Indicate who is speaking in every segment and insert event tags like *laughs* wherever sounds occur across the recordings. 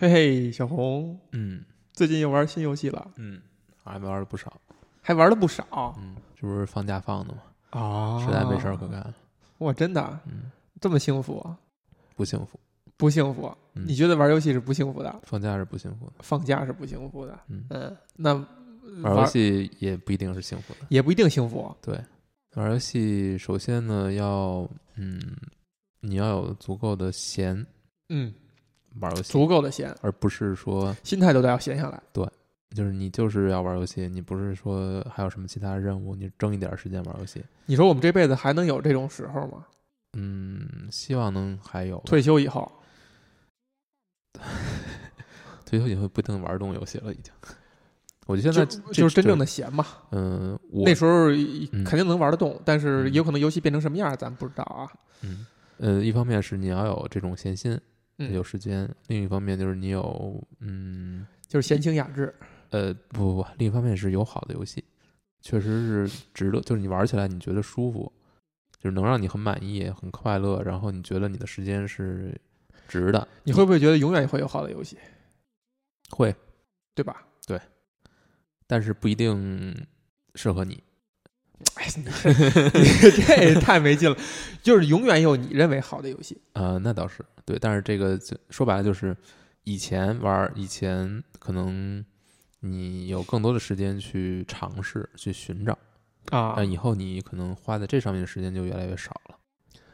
Speaker 1: 嘿嘿，小红，
Speaker 2: 嗯
Speaker 1: 最近又玩新游戏了，
Speaker 2: 嗯，还玩了不少，
Speaker 1: 还玩了不少
Speaker 2: 嗯，这不是放假放的吗？
Speaker 1: 啊
Speaker 2: 哦实在没事儿可。干，
Speaker 1: 哇，真的啊
Speaker 2: 嗯，
Speaker 1: 这么幸福啊？
Speaker 2: 不幸福，
Speaker 1: 不幸福？啊
Speaker 2: 嗯
Speaker 1: 你觉得玩游戏是不幸福的，
Speaker 2: 放假是不幸福的，
Speaker 1: 放假是不幸福的？
Speaker 2: 嗯，
Speaker 1: 嗯，那呃
Speaker 2: 玩游戏也不一定是幸福的。
Speaker 1: 也不一定幸福。啊
Speaker 2: 对，玩游戏首先呢要，嗯，你要有足够的闲
Speaker 1: 嗯，
Speaker 2: 玩游戏，
Speaker 1: 足够的闲，
Speaker 2: 而不是说
Speaker 1: 心态都得要闲下来。
Speaker 2: 就是你就是要玩游戏，你不是说还有什么其他任务，你争一点时间玩游戏。
Speaker 1: 你说我们这辈子还能有这种时候吗？
Speaker 2: 嗯，希望能还有吧
Speaker 1: 退休以后，
Speaker 2: 退休以后不一定玩动游戏了，已经。我觉
Speaker 1: 就
Speaker 2: 得现在
Speaker 1: 就是真正的闲嘛。
Speaker 2: 嗯、我
Speaker 1: 那时候
Speaker 2: 嗯
Speaker 1: 肯定能玩得动，但是
Speaker 2: 嗯
Speaker 1: 有可能游戏变成什么样儿，咱不知道啊。
Speaker 2: 嗯，呃，一方面是你要有这种闲心，
Speaker 1: 嗯
Speaker 2: 有时间；另一方面就是你有，嗯，
Speaker 1: 就是闲情雅致。
Speaker 2: 呃，不不不，另一方面是有好的游戏，确实是值得，就是你玩起来你觉得舒服，就是能让你很满意、很快乐，然后你觉得你的时间是值的，
Speaker 1: 你会不会觉得永远会有好的游戏，
Speaker 2: 会，
Speaker 1: 对吧？
Speaker 2: 但是不一定适合你。
Speaker 1: 哎，你这你 *laughs* 这也太没劲了，就是永远有你认为好的游戏。
Speaker 2: 呃，那倒是对，但是这个就说白了就是，以前玩儿，以前可能你有更多的时间去尝试、去寻找。
Speaker 1: 啊
Speaker 2: 但以后你可能花在这上面的时间就越来越少了。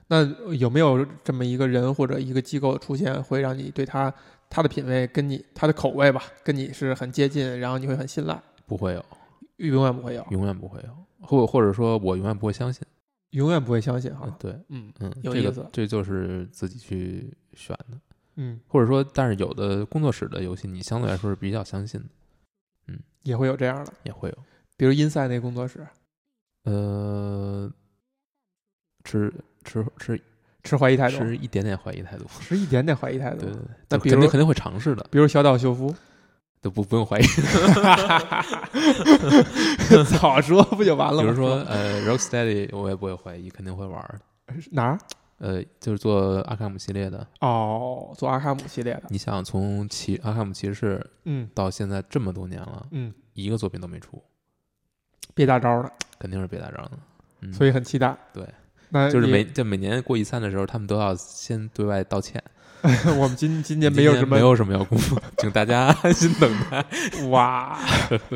Speaker 1: 那有没有这么一个人或者一个机构的出现，会让你对他他的品味跟你他的口味吧，跟你是很接近，然后你会很信赖？
Speaker 2: 不会有，
Speaker 1: 啊永远不会有，
Speaker 2: 永远不会有，或或者说我永远不会相信。
Speaker 1: 永远不会相信
Speaker 2: 嗯
Speaker 1: 哈，。
Speaker 2: 对，
Speaker 1: 嗯
Speaker 2: 嗯，
Speaker 1: 有
Speaker 2: 这
Speaker 1: 意
Speaker 2: 个
Speaker 1: 思
Speaker 2: 这就是自己去选的，
Speaker 1: 嗯，
Speaker 2: 或者说，但是有的工作室的游戏，你相对来说是比较相信的，
Speaker 1: 也会有这样的，
Speaker 2: 也会有。
Speaker 1: 比如 Inside 那工作室
Speaker 2: 呃，持持持
Speaker 1: 持怀疑态度，
Speaker 2: 持一点点怀疑态度，
Speaker 1: 持一点点怀疑态
Speaker 2: 对对
Speaker 1: 度。
Speaker 2: 对，
Speaker 1: 那
Speaker 2: 就
Speaker 1: 比
Speaker 2: 肯
Speaker 1: 如
Speaker 2: 定肯定会尝试的，
Speaker 1: 比如小岛秀
Speaker 2: *laughs*
Speaker 1: 夫， *laughs*
Speaker 2: 都不不用怀疑。
Speaker 1: 早说不就完了吗？
Speaker 2: 比如说，呃，Rocksteady 我也不会怀疑，肯定会玩儿的。
Speaker 1: 哪儿？
Speaker 2: 呃，就是做阿卡姆系列的，
Speaker 1: 哦，做阿卡姆系列的，
Speaker 2: 你想从骑阿卡姆骑士
Speaker 1: 嗯
Speaker 2: 到现在这么多年了，
Speaker 1: 嗯，
Speaker 2: 一个作品都没出，
Speaker 1: 憋大招了，
Speaker 2: 肯定是别打仗的。嗯，
Speaker 1: 所以很期待。
Speaker 2: 对，
Speaker 1: 那
Speaker 2: 就是
Speaker 1: 也
Speaker 2: 每就每年过一三的时候，他们都要先对外道歉。
Speaker 1: *laughs* 我们
Speaker 2: *laughs*
Speaker 1: 今今年没有
Speaker 2: 今
Speaker 1: 什
Speaker 2: 年
Speaker 1: 么
Speaker 2: 没有什么要公布，请大家 *laughs* 安心等待。
Speaker 1: *laughs* 哇，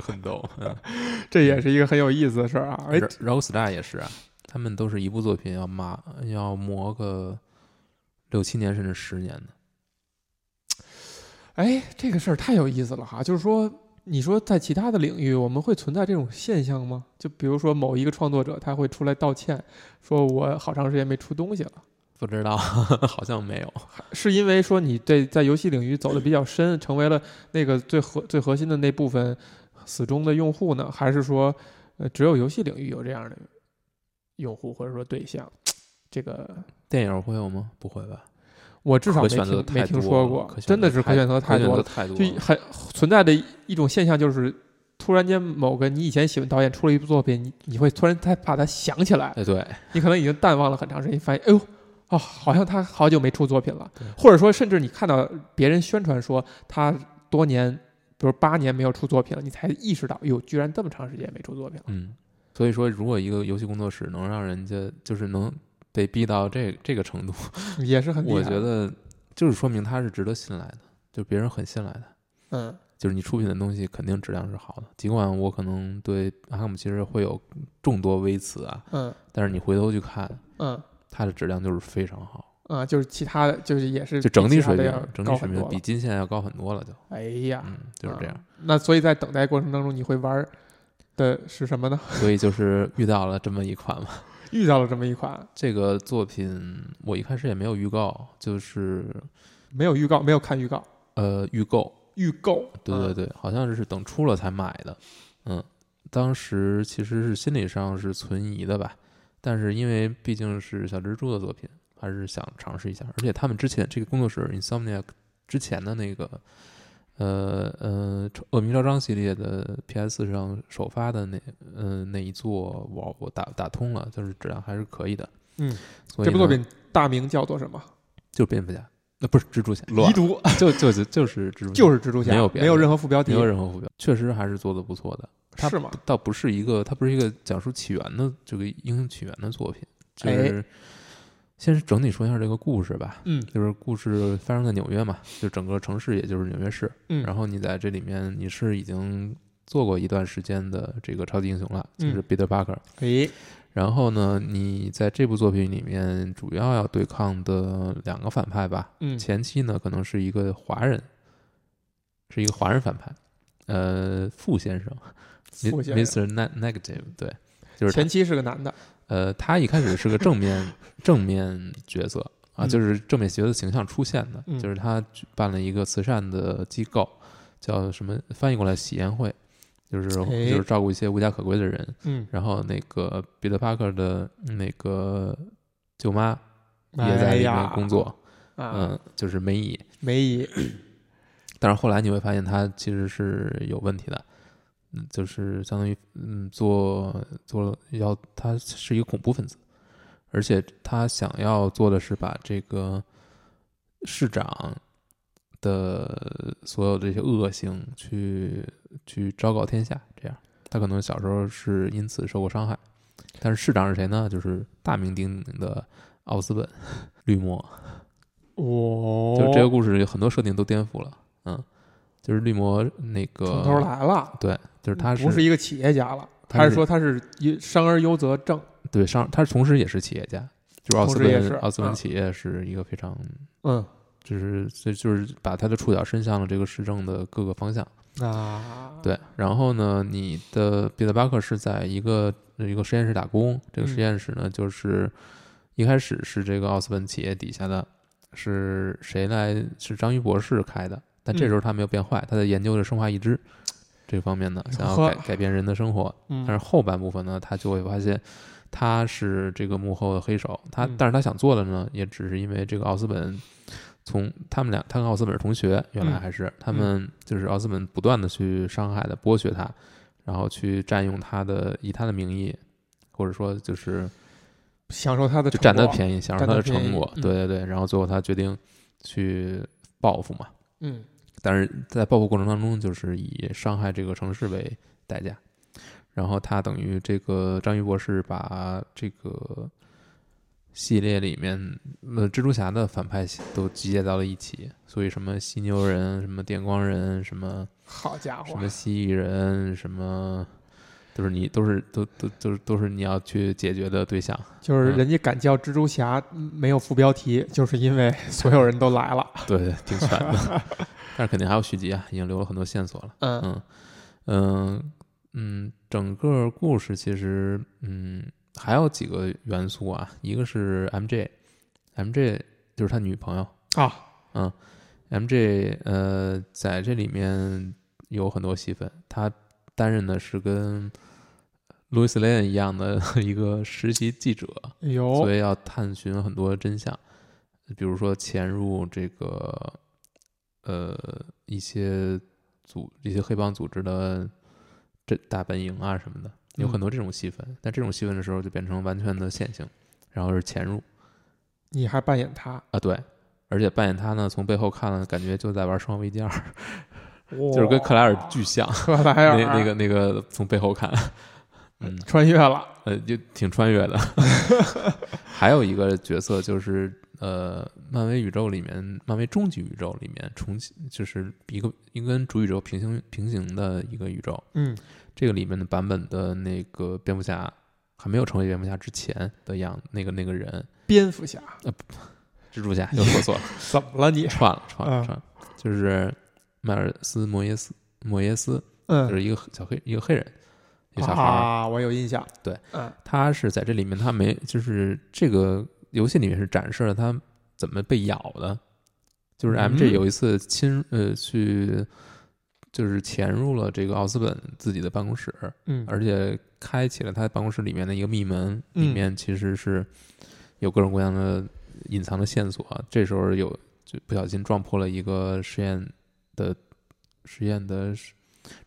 Speaker 2: 很逗。嗯
Speaker 1: 这也是一个很有意思的事儿啊。而
Speaker 2: Ra- Rockstar 也是啊，他们都是一部作品要骂要磨个六七年甚至十年的。
Speaker 1: 哎，这个事儿太有意思了哈，就是说。你说在其他的领域，我们会存在这种现象吗？就比如说某一个创作者，他会出来道歉，说我好长时间没出东西了，
Speaker 2: 不知道， *laughs* 好像没有。
Speaker 1: 是因为说你对在游戏领域走的比较深，成为了那个最核最核心的那部分死忠的用户呢，还是说，呃，只有游戏领域有这样的用户或者说对象？这个
Speaker 2: 电影会有吗？不会吧？
Speaker 1: 我至少
Speaker 2: 可
Speaker 1: 没
Speaker 2: 选择
Speaker 1: 听
Speaker 2: 太
Speaker 1: 没
Speaker 2: 多
Speaker 1: 听说
Speaker 2: 了
Speaker 1: 过
Speaker 2: 可，选
Speaker 1: 真的
Speaker 2: 择
Speaker 1: 是可选择太多了，
Speaker 2: 可选择太多
Speaker 1: 就
Speaker 2: 了。
Speaker 1: 很存在的一种现象就是。突然间，某个你以前喜欢导演出了一部作品，你你会突然他把它想起来，
Speaker 2: 哎，对，
Speaker 1: 你可能已经淡忘了很长时间，发现哎呦，哦，好像他好久没出作品了
Speaker 2: 对，
Speaker 1: 或者说甚至你看到别人宣传说他多年，比如八年没有出作品了，你才意识到，哟，居然这么长时间没出作品了。
Speaker 2: 嗯，所以说，如果一个游戏工作室能让人家就是能被逼到这这个程度，
Speaker 1: 也是很厉害。
Speaker 2: 我觉，得就是说明他是值得信赖的，就别人很信赖他，
Speaker 1: 嗯，
Speaker 2: 就是你出品的东西肯定质量是好的。尽管我可能对阿卡姆其实会有众多微词啊，
Speaker 1: 嗯
Speaker 2: 但是你回头去看，
Speaker 1: 嗯
Speaker 2: 它的质量就是非常好，
Speaker 1: 啊，就是其他的，就是也是
Speaker 2: 就整体水
Speaker 1: 比其他的要
Speaker 2: 平，整体
Speaker 1: 高
Speaker 2: 水
Speaker 1: 很多
Speaker 2: 平
Speaker 1: 了啊
Speaker 2: 比金线要高很多了，就
Speaker 1: 哎呀，
Speaker 2: 嗯，就是这样。
Speaker 1: 那所以在等待过程当中，你会玩的是什么呢？ *laughs*
Speaker 2: 所以就是遇到了这么一款嘛，
Speaker 1: 遇到了这么一款
Speaker 2: 这个作品我一开始也没有预告，就是
Speaker 1: 没有预告，没有看预告，
Speaker 2: 呃预购，
Speaker 1: 预购，
Speaker 2: 对对对，好像是等出了才买的。嗯，当时其实是心理上是存疑的吧，但是因为毕竟是小蜘蛛的作品，还是想尝试一下。而且他们之前这个工作室 Insomnia 之前的那个，呃呃，《恶名昭彰》系列的 PS 上首发的那呃那一座，我我打打通了，就是质量还是可以的。
Speaker 1: 嗯，
Speaker 2: 所以
Speaker 1: 这部作
Speaker 2: 呢
Speaker 1: 品大名叫做什么？
Speaker 2: 就是蝙蝠侠，那呃不是蜘蛛侠，
Speaker 1: 遗毒
Speaker 2: 就就就就是蜘蛛侠，
Speaker 1: *laughs* 就是蜘蛛侠，没
Speaker 2: 没有别的
Speaker 1: 任何副标题
Speaker 2: 没，有任何副标，确实还是做的不错的。它
Speaker 1: 是吗？
Speaker 2: 倒不是一个，它不是一个讲述起源的这个英雄起源的作品，就
Speaker 1: 哎
Speaker 2: 是先整体说一下这个故事吧。
Speaker 1: 嗯
Speaker 2: 就是故事发生在纽约嘛，就整个城市也就是纽约市。
Speaker 1: 嗯，
Speaker 2: 然后你在这里面你是已经做过一段时间的这个超级英雄了，就
Speaker 1: 嗯
Speaker 2: 是 Peter Parker。
Speaker 1: 诶，
Speaker 2: 然后呢，你在这部作品里面主要要对抗的两个反派吧，
Speaker 1: 嗯
Speaker 2: 前期呢可能是一个华人，是一个华人反派，呃，傅先生
Speaker 1: 傅先生
Speaker 2: ，Mr. Ne- Negative，对，就是他
Speaker 1: 前期是个男的，
Speaker 2: 呃，他一开始是个正
Speaker 1: *laughs*
Speaker 2: 面正面角色啊，
Speaker 1: 嗯
Speaker 2: 就是正面角色形象出现的，
Speaker 1: 嗯
Speaker 2: 就是他举办了一个慈善的机构，叫什么翻译过来喜宴会，就是
Speaker 1: 哎
Speaker 2: 就是照顾一些无家可归的人。
Speaker 1: 嗯，
Speaker 2: 然后那个彼得帕克的那个舅妈也在
Speaker 1: 哎
Speaker 2: 里面
Speaker 1: 呀
Speaker 2: 工作，
Speaker 1: 啊，
Speaker 2: 嗯，就是梅姨。
Speaker 1: 梅姨，
Speaker 2: 但是后来你会发现他其实是有问题的，嗯，就是相当于嗯做做了要他是一个恐怖分子，而且他想要做的是把这个市长的所有这些恶行去去昭告天下，这样他可能小时候是因此受过伤害，但是市长是谁呢？就是大名鼎鼎的奥斯本 *laughs* 绿魔。
Speaker 1: 哦，
Speaker 2: 就是这个故事有很多设定都颠覆了，嗯，就是绿魔那个
Speaker 1: 从头，来了，
Speaker 2: 对，就是他
Speaker 1: 不是一个企业家了，
Speaker 2: 他
Speaker 1: 他
Speaker 2: 是
Speaker 1: 是说他是一生而优则正，
Speaker 2: 对商，他同时也是企业家，就是奥斯
Speaker 1: 同时也
Speaker 2: 本
Speaker 1: 是
Speaker 2: 奥斯本
Speaker 1: 嗯
Speaker 2: 企业是一个非常，
Speaker 1: 嗯
Speaker 2: 就是这就是把他的触角伸向了这个市政的各个方向，
Speaker 1: 啊，
Speaker 2: 对，然后呢，你的彼得巴克是在一个呃一个实验室打工，这个
Speaker 1: 嗯
Speaker 2: 实验室呢，就是一开始是这个奥斯本企业底下的，是谁来？是章鱼博士开的，但
Speaker 1: 嗯
Speaker 2: 这时候他没有变坏，他在研究着生化移植这方面呢，想要
Speaker 1: 哎呵
Speaker 2: 改改变人的生活。
Speaker 1: 嗯，
Speaker 2: 但是后半部分呢，他就会发现他是这个幕后的黑手。他
Speaker 1: 嗯
Speaker 2: 但是他想做的呢，也只是因为这个奥斯本从他们俩，他跟奥斯本是同学，原来
Speaker 1: 嗯
Speaker 2: 还是他们就是奥斯本不断的去伤害的剥削他，然后去占用他的以他的名义，或者说就是
Speaker 1: 享受他的
Speaker 2: 就
Speaker 1: 成
Speaker 2: 占他
Speaker 1: 果
Speaker 2: 便宜，享受
Speaker 1: 占
Speaker 2: 他
Speaker 1: 他
Speaker 2: 的
Speaker 1: 便
Speaker 2: 成
Speaker 1: 宜
Speaker 2: 果。
Speaker 1: 嗯
Speaker 2: 对对对，然后最后他决定去报复嘛。
Speaker 1: 嗯
Speaker 2: 但是在报复过程当中，就是以伤害这个城市为代价。然后他等于这个章鱼博士把这个系列里面呃蜘蛛侠的反派都集结到了一起，所以什么犀牛人、什么电光人、什么
Speaker 1: 好家
Speaker 2: 什
Speaker 1: 伙
Speaker 2: 么，蜥蜴人、什么，都是你都是都都都是都是你要去解决的对象。 *laughs*
Speaker 1: 就是
Speaker 2: 嗯
Speaker 1: 人家敢叫蜘蛛侠嗯没有副标题，就是因为 *laughs* 所有人都来了，
Speaker 2: 对对，挺全的， *laughs* 但是肯定还有续集啊，已经留了很多线索了。
Speaker 1: 嗯
Speaker 2: 嗯嗯嗯，整个故事其实嗯还有几个元素啊，一个是 M J，M J 就是他女朋友嗯
Speaker 1: 啊，
Speaker 2: M J，呃，在这里面有很多戏份，他担任的是跟 Louis Lane 一样的 *laughs* 一个实习记者，
Speaker 1: 有
Speaker 2: 所以要探寻很多真相，比如说潜入这个呃一些组一些黑帮组织的这大本营啊什么的，有
Speaker 1: 嗯
Speaker 2: 很多这种戏份。但这种戏份的时候就变成完全的线性，然后是潜入
Speaker 1: 你还扮演他，
Speaker 2: 啊，对。而且扮演他呢，从背后看了，感觉就在玩《生化危机二》， *laughs* 就是跟克莱尔巨像。
Speaker 1: 克莱
Speaker 2: 那
Speaker 1: 尔
Speaker 2: 那个那个，从背后看，嗯，
Speaker 1: 穿越了，
Speaker 2: 呃，就挺穿越的。 *laughs* 还有一个角色就是呃，漫威宇宙里面，漫威终极宇宙里面重启，就是一个一个跟主宇宙平行平行的一个宇宙。
Speaker 1: 嗯
Speaker 2: 这个里面的版本的那个蝙蝠侠还没有成为蝙蝠侠之前的样，那个那个人，
Speaker 1: 蝙蝠侠
Speaker 2: 蜘蛛侠又说错了，
Speaker 1: 怎么了你？
Speaker 2: 串了串了
Speaker 1: 嗯
Speaker 2: 串了，就是迈尔斯摩耶斯摩耶斯，就
Speaker 1: 嗯
Speaker 2: 是一个黑小黑一个黑人，一个小孩儿。
Speaker 1: 啊，我有印象，
Speaker 2: 对，
Speaker 1: 嗯
Speaker 2: 他是在这里面，他没就是这个游戏里面是展示了他怎么被咬的，就是
Speaker 1: 嗯
Speaker 2: MJ 有一次侵呃去就是潜入了这个奥斯本自己的办公室，
Speaker 1: 嗯，
Speaker 2: 而且开启了他办公室里面的一个密门，
Speaker 1: 嗯
Speaker 2: 里面其实是有各种各样的隐藏的线索。这时候有就不小心撞破了一个实验的实验的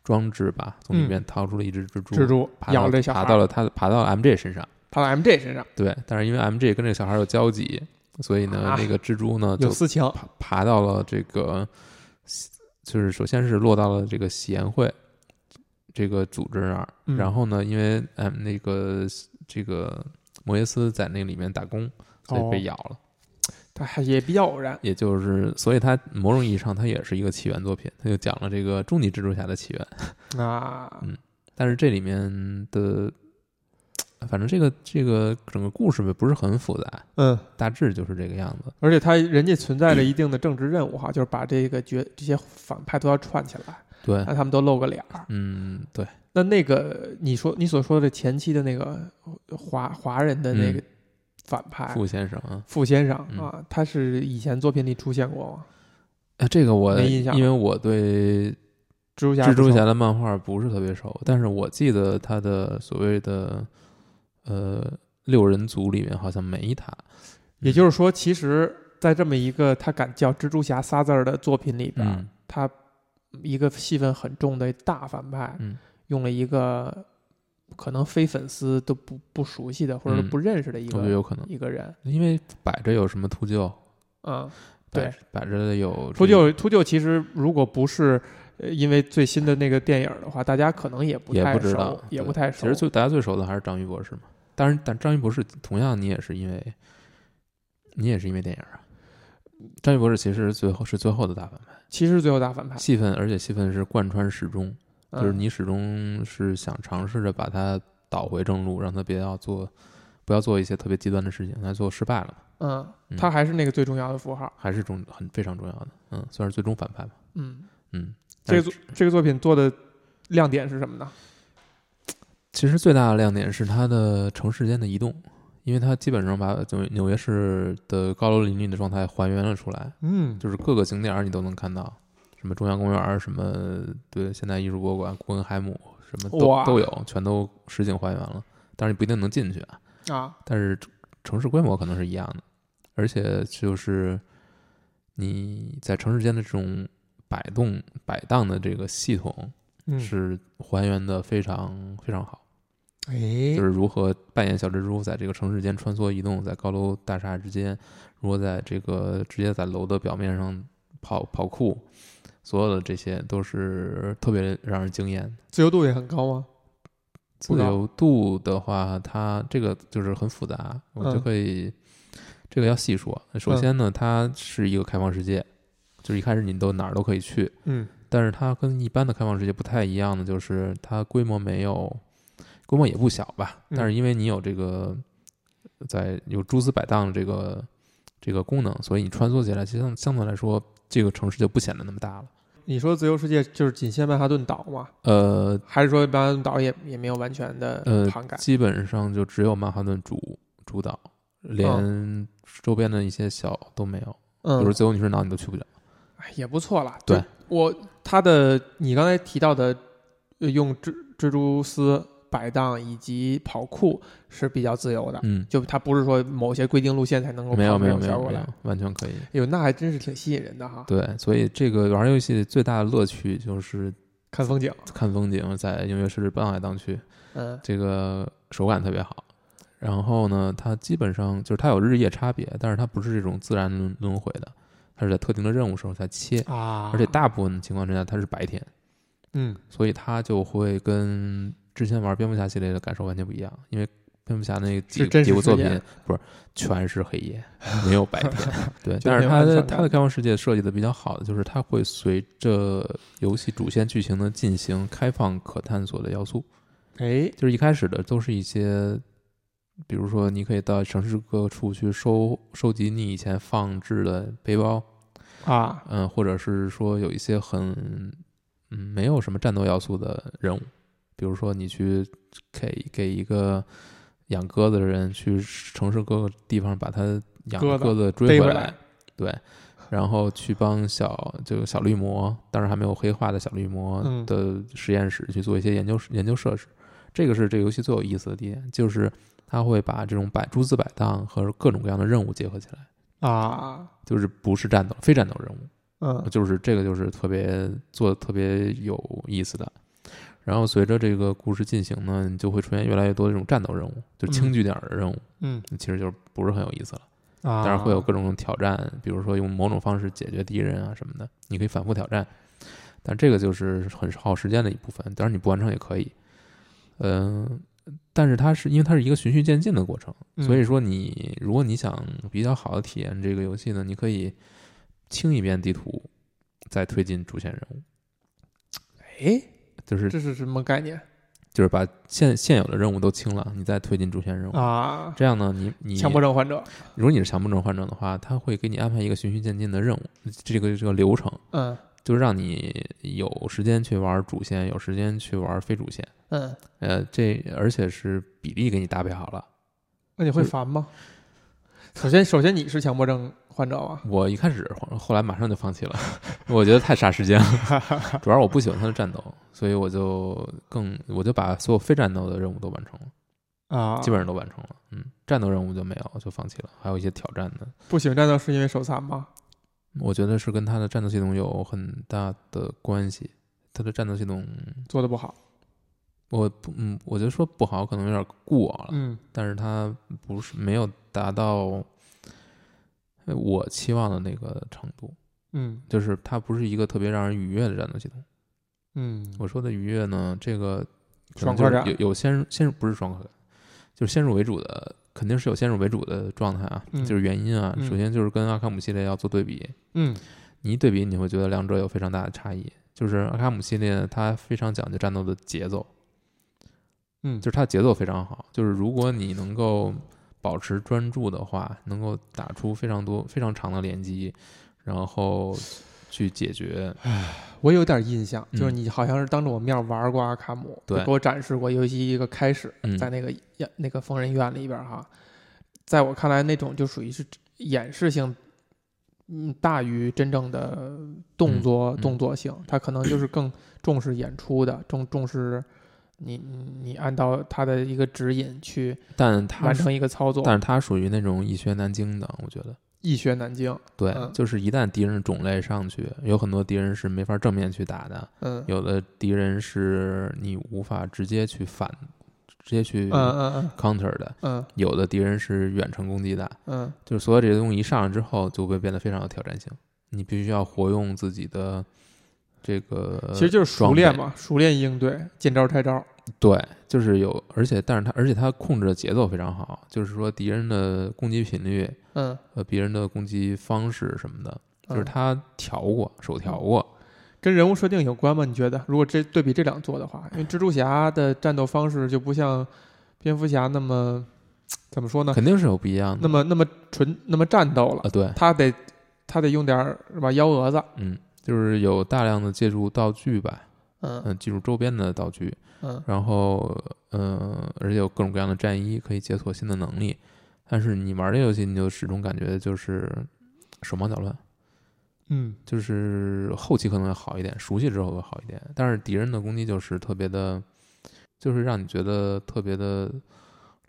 Speaker 2: 装置吧，
Speaker 1: 嗯
Speaker 2: 从里面掏出了一只蜘蛛，
Speaker 1: 蜘蛛
Speaker 2: 爬
Speaker 1: 咬
Speaker 2: 到
Speaker 1: 了这小孩
Speaker 2: 爬
Speaker 1: 儿，
Speaker 2: 到了他爬到了 MJ 身上。
Speaker 1: 爬到 MJ 身上，
Speaker 2: 对，但是因为 MJ 跟这个小孩有交集，所以呢
Speaker 1: 啊，
Speaker 2: 那个蜘蛛呢就
Speaker 1: 有四强，
Speaker 2: 爬爬到了这个，就是首先是落到了这个喜宴会这个组织那儿，
Speaker 1: 嗯
Speaker 2: 然后呢，因为嗯那个这个摩耶斯在那里面打工，所以
Speaker 1: 哦
Speaker 2: 被咬了，
Speaker 1: 它还也比较偶然。
Speaker 2: 也就是所以它某种意义上它也是一个起源作品，它就讲了这个终极蜘蛛侠的起源，
Speaker 1: 啊，
Speaker 2: 但是这里面的。反正这个这个整个故事不是很复杂，
Speaker 1: 嗯，
Speaker 2: 大致就是这个样子。
Speaker 1: 而且它人家存
Speaker 2: 嗯
Speaker 1: 在着一定的政治任务哈，就是把这个角这些反派都要串起来，
Speaker 2: 对，
Speaker 1: 让他们都露个脸儿。
Speaker 2: 嗯，对，
Speaker 1: 那那个你说你所说的前期的那个华华人的那个
Speaker 2: 嗯
Speaker 1: 反派
Speaker 2: 傅先生啊，
Speaker 1: 傅先生
Speaker 2: 嗯
Speaker 1: 啊，他是以前作品里出现过吗？
Speaker 2: 啊这个我
Speaker 1: 哎没印象
Speaker 2: 因为我对
Speaker 1: 蜘蛛侠
Speaker 2: 蜘
Speaker 1: 不
Speaker 2: 蛛
Speaker 1: 是吗
Speaker 2: 侠的漫画不是特别熟，但是我记得他的所谓的呃六人组里面好像没他，
Speaker 1: 也就是说，其实，在这么一个他敢叫蜘蛛侠仨字儿的作品里边，
Speaker 2: 嗯
Speaker 1: 他一个戏份很重的大反派，
Speaker 2: 嗯
Speaker 1: 用了一个可能非粉丝都不不熟悉的或者
Speaker 2: 嗯
Speaker 1: 不认识的一
Speaker 2: 我
Speaker 1: 个、
Speaker 2: 觉得有可能，
Speaker 1: 一个人，
Speaker 2: 因为摆着有什么秃鹫，
Speaker 1: 嗯，
Speaker 2: 摆
Speaker 1: 对
Speaker 2: 摆着有
Speaker 1: 秃
Speaker 2: 这个
Speaker 1: 鹫秃鹫其实如果不是呃因为最新的那个电影的话，大家可能也不
Speaker 2: 也
Speaker 1: 太
Speaker 2: 不知道
Speaker 1: 熟，，也
Speaker 2: 对
Speaker 1: 不太熟。
Speaker 2: 其实最大家最熟的还是章鱼博士嘛，当然，但章鱼博士同样你也是因为你也是因为电影啊。章鱼博士其实最后是最后的大反派，
Speaker 1: 其实最后大反派
Speaker 2: 戏份而且戏份是贯穿始终，
Speaker 1: 啊嗯
Speaker 2: 就是你始终是想尝试着把它导回正路，让他别要做，不要做一些特别极端的事情。那最后失败了嘛，
Speaker 1: 嗯，
Speaker 2: 嗯
Speaker 1: 他还是那个最重要的符号。
Speaker 2: 还是重很非常重要的，嗯，算是最终反派吧，
Speaker 1: 嗯，
Speaker 2: 嗯。
Speaker 1: 这个
Speaker 2: 但
Speaker 1: 作
Speaker 2: 是
Speaker 1: 这个作品做的亮点是什么呢？
Speaker 2: 其实最大的亮点是它的城市间的移动，因为它基本上把纽纽约市的高楼林立的状态还原了出来，
Speaker 1: 嗯，
Speaker 2: 就是各个景点儿你都能看到，什么中央公园儿，什么对现代艺术博物馆、古根海姆，什么
Speaker 1: 哇
Speaker 2: 都都有，全都实景还原了。当然你不一定能进去啊，
Speaker 1: 啊，
Speaker 2: 但是城城市规模可能是一样的，而且就是你在城市间的这种摆动、摆荡的这个系统
Speaker 1: 嗯，
Speaker 2: 是还原的非常非常好，
Speaker 1: 哎
Speaker 2: 就是如何扮演小蜘蛛在这个城市间穿梭移动，在高楼大厦之间，如何在这个直接在楼的表面上跑跑酷，所有的这些都是特别让人惊艳的。
Speaker 1: 自由度也很高吗？
Speaker 2: 自
Speaker 1: 不高
Speaker 2: 由度的话，它这个就是很复杂，我就
Speaker 1: 嗯
Speaker 2: 可以、这个要细说。首先呢，它是一个开放世界，就是一开始你都哪儿都可以去，
Speaker 1: 嗯
Speaker 2: 但是它跟一般的开放世界不太一样的，就是它规模没有，规模也不小吧，
Speaker 1: 嗯
Speaker 2: 但是因为你有这个在有蛛丝摆荡的这个这个功能，所以你穿梭起来，其实相相对来说，这个城市就不显得那么大了。，
Speaker 1: 你说自由世界就是仅限曼哈顿岛吗？
Speaker 2: 呃，
Speaker 1: 还是说曼哈顿岛也也没有完全的
Speaker 2: 呃
Speaker 1: 涵盖？
Speaker 2: 基本上就只有曼哈顿主主导，连周边的一些小都没有，比如
Speaker 1: 哦嗯，
Speaker 2: 最后女神岛你都去不了。
Speaker 1: 哎也不错啦。
Speaker 2: 对
Speaker 1: 就我它的你刚才提到的，呃用蜘蜘蛛丝摆荡以及跑酷是比较自由的，
Speaker 2: 嗯，
Speaker 1: 就它不是说某些规定路线才能够
Speaker 2: 没有
Speaker 1: 跑
Speaker 2: 没
Speaker 1: 那
Speaker 2: 有
Speaker 1: 种
Speaker 2: 没
Speaker 1: 效
Speaker 2: 有
Speaker 1: 果
Speaker 2: 没
Speaker 1: 来。
Speaker 2: 有，完全可以。
Speaker 1: 哎呦，那还真是挺吸引人的哈！
Speaker 2: 对，所以这个玩游戏最大的乐趣就是
Speaker 1: 看风景，
Speaker 2: 看风景，在音乐室荡来荡去，
Speaker 1: 嗯
Speaker 2: 这个手感特别好。然后呢，它基本上就是它有日夜差别，但是它不是这种自然轮轮回的，它是在特定的任务时候才切，
Speaker 1: 啊
Speaker 2: 而且大部分情况之下它是白天。
Speaker 1: 嗯
Speaker 2: 所以它就会跟之前玩蝙蝠侠系列的感受完全不一样，因为蝙蝠侠那几
Speaker 1: 是真实
Speaker 2: 几部作
Speaker 1: 世界
Speaker 2: 品不是全是黑
Speaker 1: *laughs*
Speaker 2: 夜，没有白天。对，
Speaker 1: 就
Speaker 2: 但
Speaker 1: 没
Speaker 2: 是
Speaker 1: 有
Speaker 2: 它
Speaker 1: 安全
Speaker 2: 的
Speaker 1: 感
Speaker 2: 它的开放世界设计的比较好的就是它会随着游戏主线剧情的进行开放可探索的要素，
Speaker 1: 哎
Speaker 2: 就是一开始的都是一些。比如说，你可以到城市各处去收收集你以前放置的背包，
Speaker 1: 啊
Speaker 2: 嗯，或者是说有一些很嗯没有什么战斗要素的任务，比如说你去给给一个养鸽子的人去城市各个地方把他养
Speaker 1: 鸽
Speaker 2: 的
Speaker 1: 子
Speaker 2: 鸽
Speaker 1: 逮
Speaker 2: 子追
Speaker 1: 回
Speaker 2: 来，
Speaker 1: 来
Speaker 2: 对，然后去帮小就小绿魔，当然还没有黑化的小绿魔
Speaker 1: 嗯
Speaker 2: 的实验室去做一些研究研究设施，这个是这个游戏最有意思的点，就是它会把这种摆诸子摆荡和各种各样的任务结合起来，
Speaker 1: 啊
Speaker 2: 就是不是战斗非战斗任务。
Speaker 1: 嗯
Speaker 2: 就是这个就是特别做的特别有意思的。然后随着这个故事进行呢，你就会出现越来越多这种战斗任务，就轻
Speaker 1: 嗯
Speaker 2: 据点儿的任务，
Speaker 1: 嗯
Speaker 2: 其实就是不是很有意思了。
Speaker 1: 啊，
Speaker 2: 当然会有各种挑战，比如说用某种方式解决敌人啊什么的，你可以反复挑战。但这个就是很耗时间的一部分，当然你不完成也可以。嗯、但是它是因为它是一个循序渐进的过程，
Speaker 1: 嗯
Speaker 2: 所以说你如果你想比较好的体验这个游戏呢，你可以清一遍地图，再推进主线任务，
Speaker 1: 哎，
Speaker 2: 就是
Speaker 1: 这是什么概念
Speaker 2: 就是把现现有的任务都清了，你再推进主线任务。
Speaker 1: 啊？
Speaker 2: 这样呢，你嗯你
Speaker 1: 强迫症患者，
Speaker 2: 如果你是强迫症患者的话，他会给你安排一个循序渐进的任务，这个这个流程，
Speaker 1: 嗯
Speaker 2: 就是让你有时间去玩主线，有时间去玩非主线。
Speaker 1: 嗯，
Speaker 2: 呃，这而且是比例给你搭配好了。
Speaker 1: 那你会烦吗？首先，首先你是强迫症患者啊，
Speaker 2: 我一开始，后后来马上就放弃了， *laughs* 我觉得太杀时间了。主要是我不喜欢他的战斗，所以我就更我就把所有非战斗的任务都完成了，
Speaker 1: 啊，
Speaker 2: 基本上都完成了。嗯，战斗任务就没有，就放弃了。还有一些挑战的，
Speaker 1: 不喜欢战斗是因为手残
Speaker 2: 嗯
Speaker 1: 吗？
Speaker 2: 我觉得是跟他的战斗系统有很大的关系。他的战斗系统，
Speaker 1: 做的不好，
Speaker 2: 我不，嗯，我觉得说不好可能有点固我了。
Speaker 1: 嗯
Speaker 2: 但是它不是没有达到呃我期望的那个程度，
Speaker 1: 嗯
Speaker 2: 就是它不是一个特别让人愉悦的战斗系统。
Speaker 1: 嗯，
Speaker 2: 我说的愉悦呢，这个可
Speaker 1: 爽
Speaker 2: 能
Speaker 1: 快
Speaker 2: 就是
Speaker 1: 感
Speaker 2: 有有先入先入不是爽快感，就是先入为主的，肯定是有先入为主的状态啊，
Speaker 1: 嗯
Speaker 2: 就是原因啊。
Speaker 1: 嗯
Speaker 2: 首先就是跟阿卡姆系列要做对比，
Speaker 1: 嗯
Speaker 2: 你一对比你会觉得两者有非常大的差异。就是阿卡姆系列它非常讲究战斗的节奏，
Speaker 1: 嗯，
Speaker 2: 就是它节奏非常好，就是如果你能够保持专注的话，能够打出非常多非常长的连击，然后去解决。
Speaker 1: 我有点印象，
Speaker 2: 嗯
Speaker 1: 就是你好像是当着我面玩过阿卡姆，
Speaker 2: 对
Speaker 1: 就给我展示过游戏一个开始，
Speaker 2: 嗯
Speaker 1: 在那个演那个疯人院里边哈，在我看来，那种就属于是演示性，嗯，大于真正的动作、
Speaker 2: 嗯嗯
Speaker 1: 动作性，它可能就是更重视演出的，重重视你你你按照它的一个指引去
Speaker 2: 但它
Speaker 1: 完成一个操作，
Speaker 2: 但是它属于那种一学难精的，我觉得。
Speaker 1: 一学难精，
Speaker 2: 对，
Speaker 1: 嗯
Speaker 2: 就是一旦敌人的种类上去，有很多敌人是没法正面去打的，
Speaker 1: 嗯
Speaker 2: 有的敌人是你无法直接去反，直接去
Speaker 1: 嗯嗯
Speaker 2: counter 的，
Speaker 1: 嗯
Speaker 2: 有的敌人是远程攻击的，
Speaker 1: 嗯
Speaker 2: 就是所有这些东西一上来之后，就会变得非常有挑战性。你必须要活用自己的这个，
Speaker 1: 嗯，其实就是熟练嘛，熟练应对，见招拆招，
Speaker 2: 对，就是有，而且但是它，而且它控制的节奏非常好，就是说敌人的攻击频率，
Speaker 1: 嗯，
Speaker 2: 呃，敌人的攻击方式什么的，就是
Speaker 1: 嗯
Speaker 2: 他调过，手调过，
Speaker 1: 跟人物设定有关吗？你觉得？如果这对比这两座的话，因为蜘蛛侠的战斗方式就不像蝙蝠侠那么怎么说呢？
Speaker 2: 肯定是有不一样的。
Speaker 1: 啊那么那么纯那么战斗了，
Speaker 2: 啊，对，
Speaker 1: 他得他得用点儿是吧幺蛾子，
Speaker 2: 嗯，就是有大量的借助道具吧，嗯、
Speaker 1: 嗯
Speaker 2: 借助周边的道具，
Speaker 1: 嗯
Speaker 2: 然后，呃，而且有各种各样的战衣可以解锁新的能力，但是你玩这游戏，你就始终感觉就是手忙脚乱，
Speaker 1: 嗯
Speaker 2: 就是后期可能会好一点，熟悉之后会好一点，但是敌人的攻击就是特别的，就是让你觉得特别的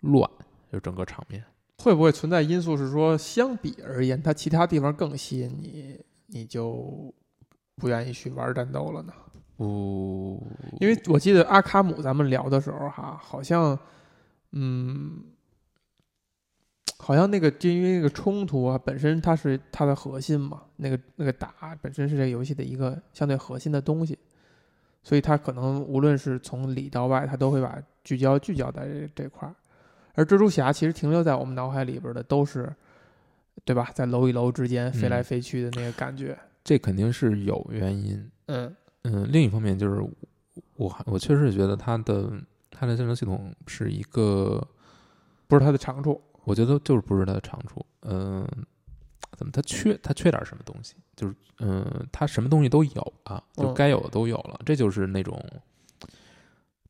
Speaker 2: 乱，就整个场面。
Speaker 1: 会不会存在因素是说，相比而言，它其他地方更吸引你，你就不愿意去玩战斗了呢？
Speaker 2: 不，
Speaker 1: 因为我记得阿卡姆咱们聊的时候哈，好像，嗯，好像那个就因为那个冲突啊，本身它是它的核心嘛，那个那个打本身是这个游戏的一个相对核心的东西，所以它可能无论是从里到外，它都会把聚焦聚焦在这这块儿。而蜘蛛侠其实停留在我们脑海里边的都是，对吧？在楼与楼之间飞来
Speaker 2: 嗯
Speaker 1: 飞去的那个感觉，
Speaker 2: 这肯定是有原因。
Speaker 1: 嗯
Speaker 2: 嗯，另一方面就是我还我确实觉得它的它的战争系统是一个
Speaker 1: 不是它的长处，
Speaker 2: 我觉得就是不是它的长处。嗯、怎么它缺它缺点什么东西？就是嗯、呃它什么东西都有啊，就
Speaker 1: 嗯
Speaker 2: 该有的都有了。这就是那种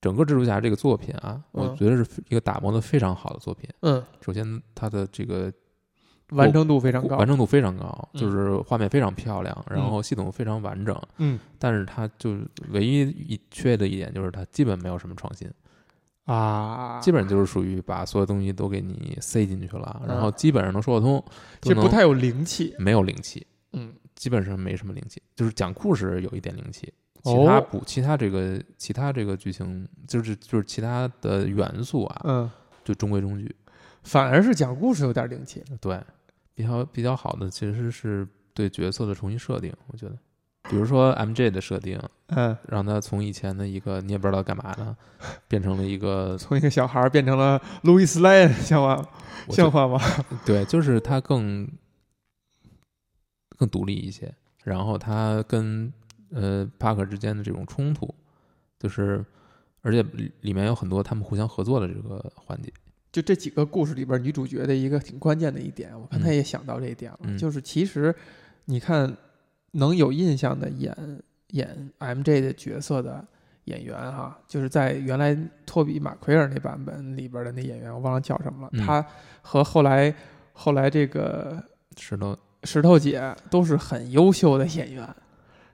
Speaker 2: 整个蜘蛛侠这个作品啊，我
Speaker 1: 嗯
Speaker 2: 觉得是一个打磨的非常好的作品。
Speaker 1: 嗯，
Speaker 2: 首先，它的这个
Speaker 1: 完成度非常高
Speaker 2: 完，成度非常高，
Speaker 1: 嗯
Speaker 2: 就是画面非常漂亮，然
Speaker 1: 嗯
Speaker 2: 后系统非常完整。
Speaker 1: 嗯
Speaker 2: 但是它就是唯一一缺的一点就是它基本没有什么创新。
Speaker 1: 啊，
Speaker 2: 基本上就是属于把所有东西都给你塞进去了，
Speaker 1: 嗯
Speaker 2: 然后基本上能说得通，
Speaker 1: 其实
Speaker 2: 都
Speaker 1: 不
Speaker 2: 能
Speaker 1: 太有灵气。
Speaker 2: 没有灵气，
Speaker 1: 嗯，
Speaker 2: 基本上没什么灵气，就是讲故事有一点灵气，
Speaker 1: 哦
Speaker 2: 其他补、其他这个其他这个剧情就是就是其他的元素啊，
Speaker 1: 嗯，
Speaker 2: 就中规中矩。
Speaker 1: 反而是讲故事有点灵气。
Speaker 2: 对，比较比较好的其实是对角色的重新设定，我觉得，比如说 MJ 的设定，
Speaker 1: 嗯，
Speaker 2: 让他从以前的一个你也不知道干嘛的，变成了一个
Speaker 1: 从一个小孩儿变成了路易斯莱恩，像话
Speaker 2: 我觉
Speaker 1: 像话吗？
Speaker 2: 对，就是他更更独立一些，然后他跟呃帕克之间的这种冲突，就是而且里里面有很多他们互相合作的这个环节，
Speaker 1: 就这几个故事里边，女主角的一个挺关键的一点，我刚才
Speaker 2: 嗯
Speaker 1: 也想到这一点了，
Speaker 2: 嗯
Speaker 1: 就是其实你看能有印象的演演 MJ 的角色的演员哈，就是在原来托比马奎尔那版本里边的那演员，我忘了叫什么了，
Speaker 2: 嗯
Speaker 1: 他和后来后来这个
Speaker 2: 石头
Speaker 1: 石头姐都是很优秀的演员，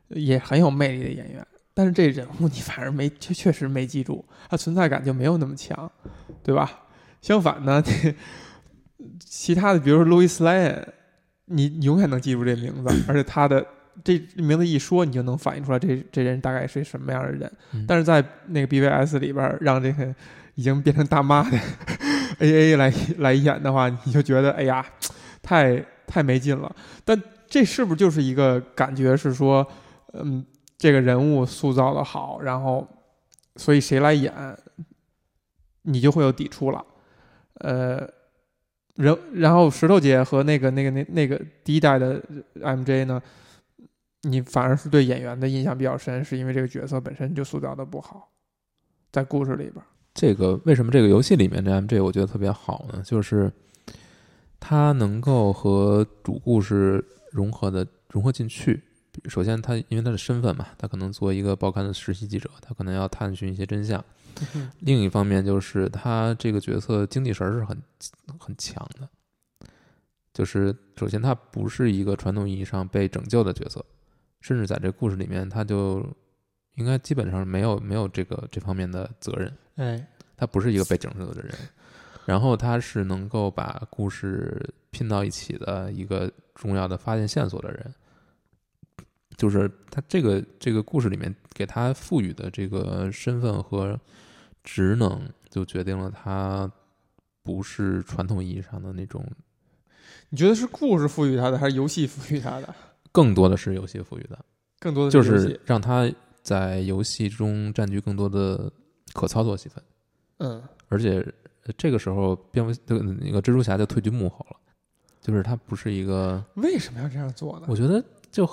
Speaker 1: 也很有魅力的演员。但是这人物你反而没，确确实没记住，他存在感就没有那么强，对吧？相反呢，你其他的，比如说路易斯莱恩，你你永远能记住这名字，而且他的这名字一说，你就能反映出来这这人大概是什么样的人。
Speaker 2: 嗯
Speaker 1: 但是在那个 BVS 里边儿，让这个已经变成大妈的 *laughs* AA 来来演的话，你就觉得哎呀，太太没劲了。但这是不是就是一个感觉是说，嗯，这个人物塑造的好，然后所以谁来演，你就会有抵触了。呃，人然后石头姐和那个那个那那个第一代的 MJ 呢，你反而是对演员的印象比较深，是因为这个角色本身就塑造的不好，在故事里边儿，
Speaker 2: 这个为什么这个游戏里面的 MJ 我觉得特别好呢？就是它能够和主故事融合的融合进去。首先他，因为他的身份嘛，他可能作为一个报刊的实习记者，他可能要探寻一些真相。另一方面，就是他这个角色精气神儿是很很强的。就是首先，他不是一个传统意义上被拯救的角色，甚至在这故事里面，他就应该基本上没有没有这个这方面的责任。
Speaker 1: 哎，
Speaker 2: 他不是一个被拯救的人，然后他是能够把故事拼到一起的一个重要的发现线索的人，就是他这个这个故事里面给他赋予的这个身份和职能，就决定了他不是传统意义上的那种，
Speaker 1: 你觉得是故事赋予他的，还是游戏赋予他的？
Speaker 2: 更多的是游戏赋予的，
Speaker 1: 更多的
Speaker 2: 就
Speaker 1: 游戏
Speaker 2: 是让他在游戏中占据更多的可操作戏份。
Speaker 1: 嗯，
Speaker 2: 而且呃这个时候蝙蝠这个那个蜘蛛侠就退居幕后了，就是他不是一个，
Speaker 1: 为什么要这样做呢？
Speaker 2: 我觉得就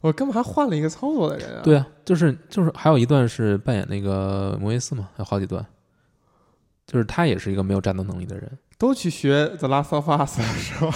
Speaker 1: 我干嘛换了一个操作的人啊？
Speaker 2: 对啊，就是就是还有一段是扮演那个摩耶斯嘛，还有好几段，就是他也是一个没有战斗能力的人，
Speaker 1: 都去学 The Last of Us 了是吧？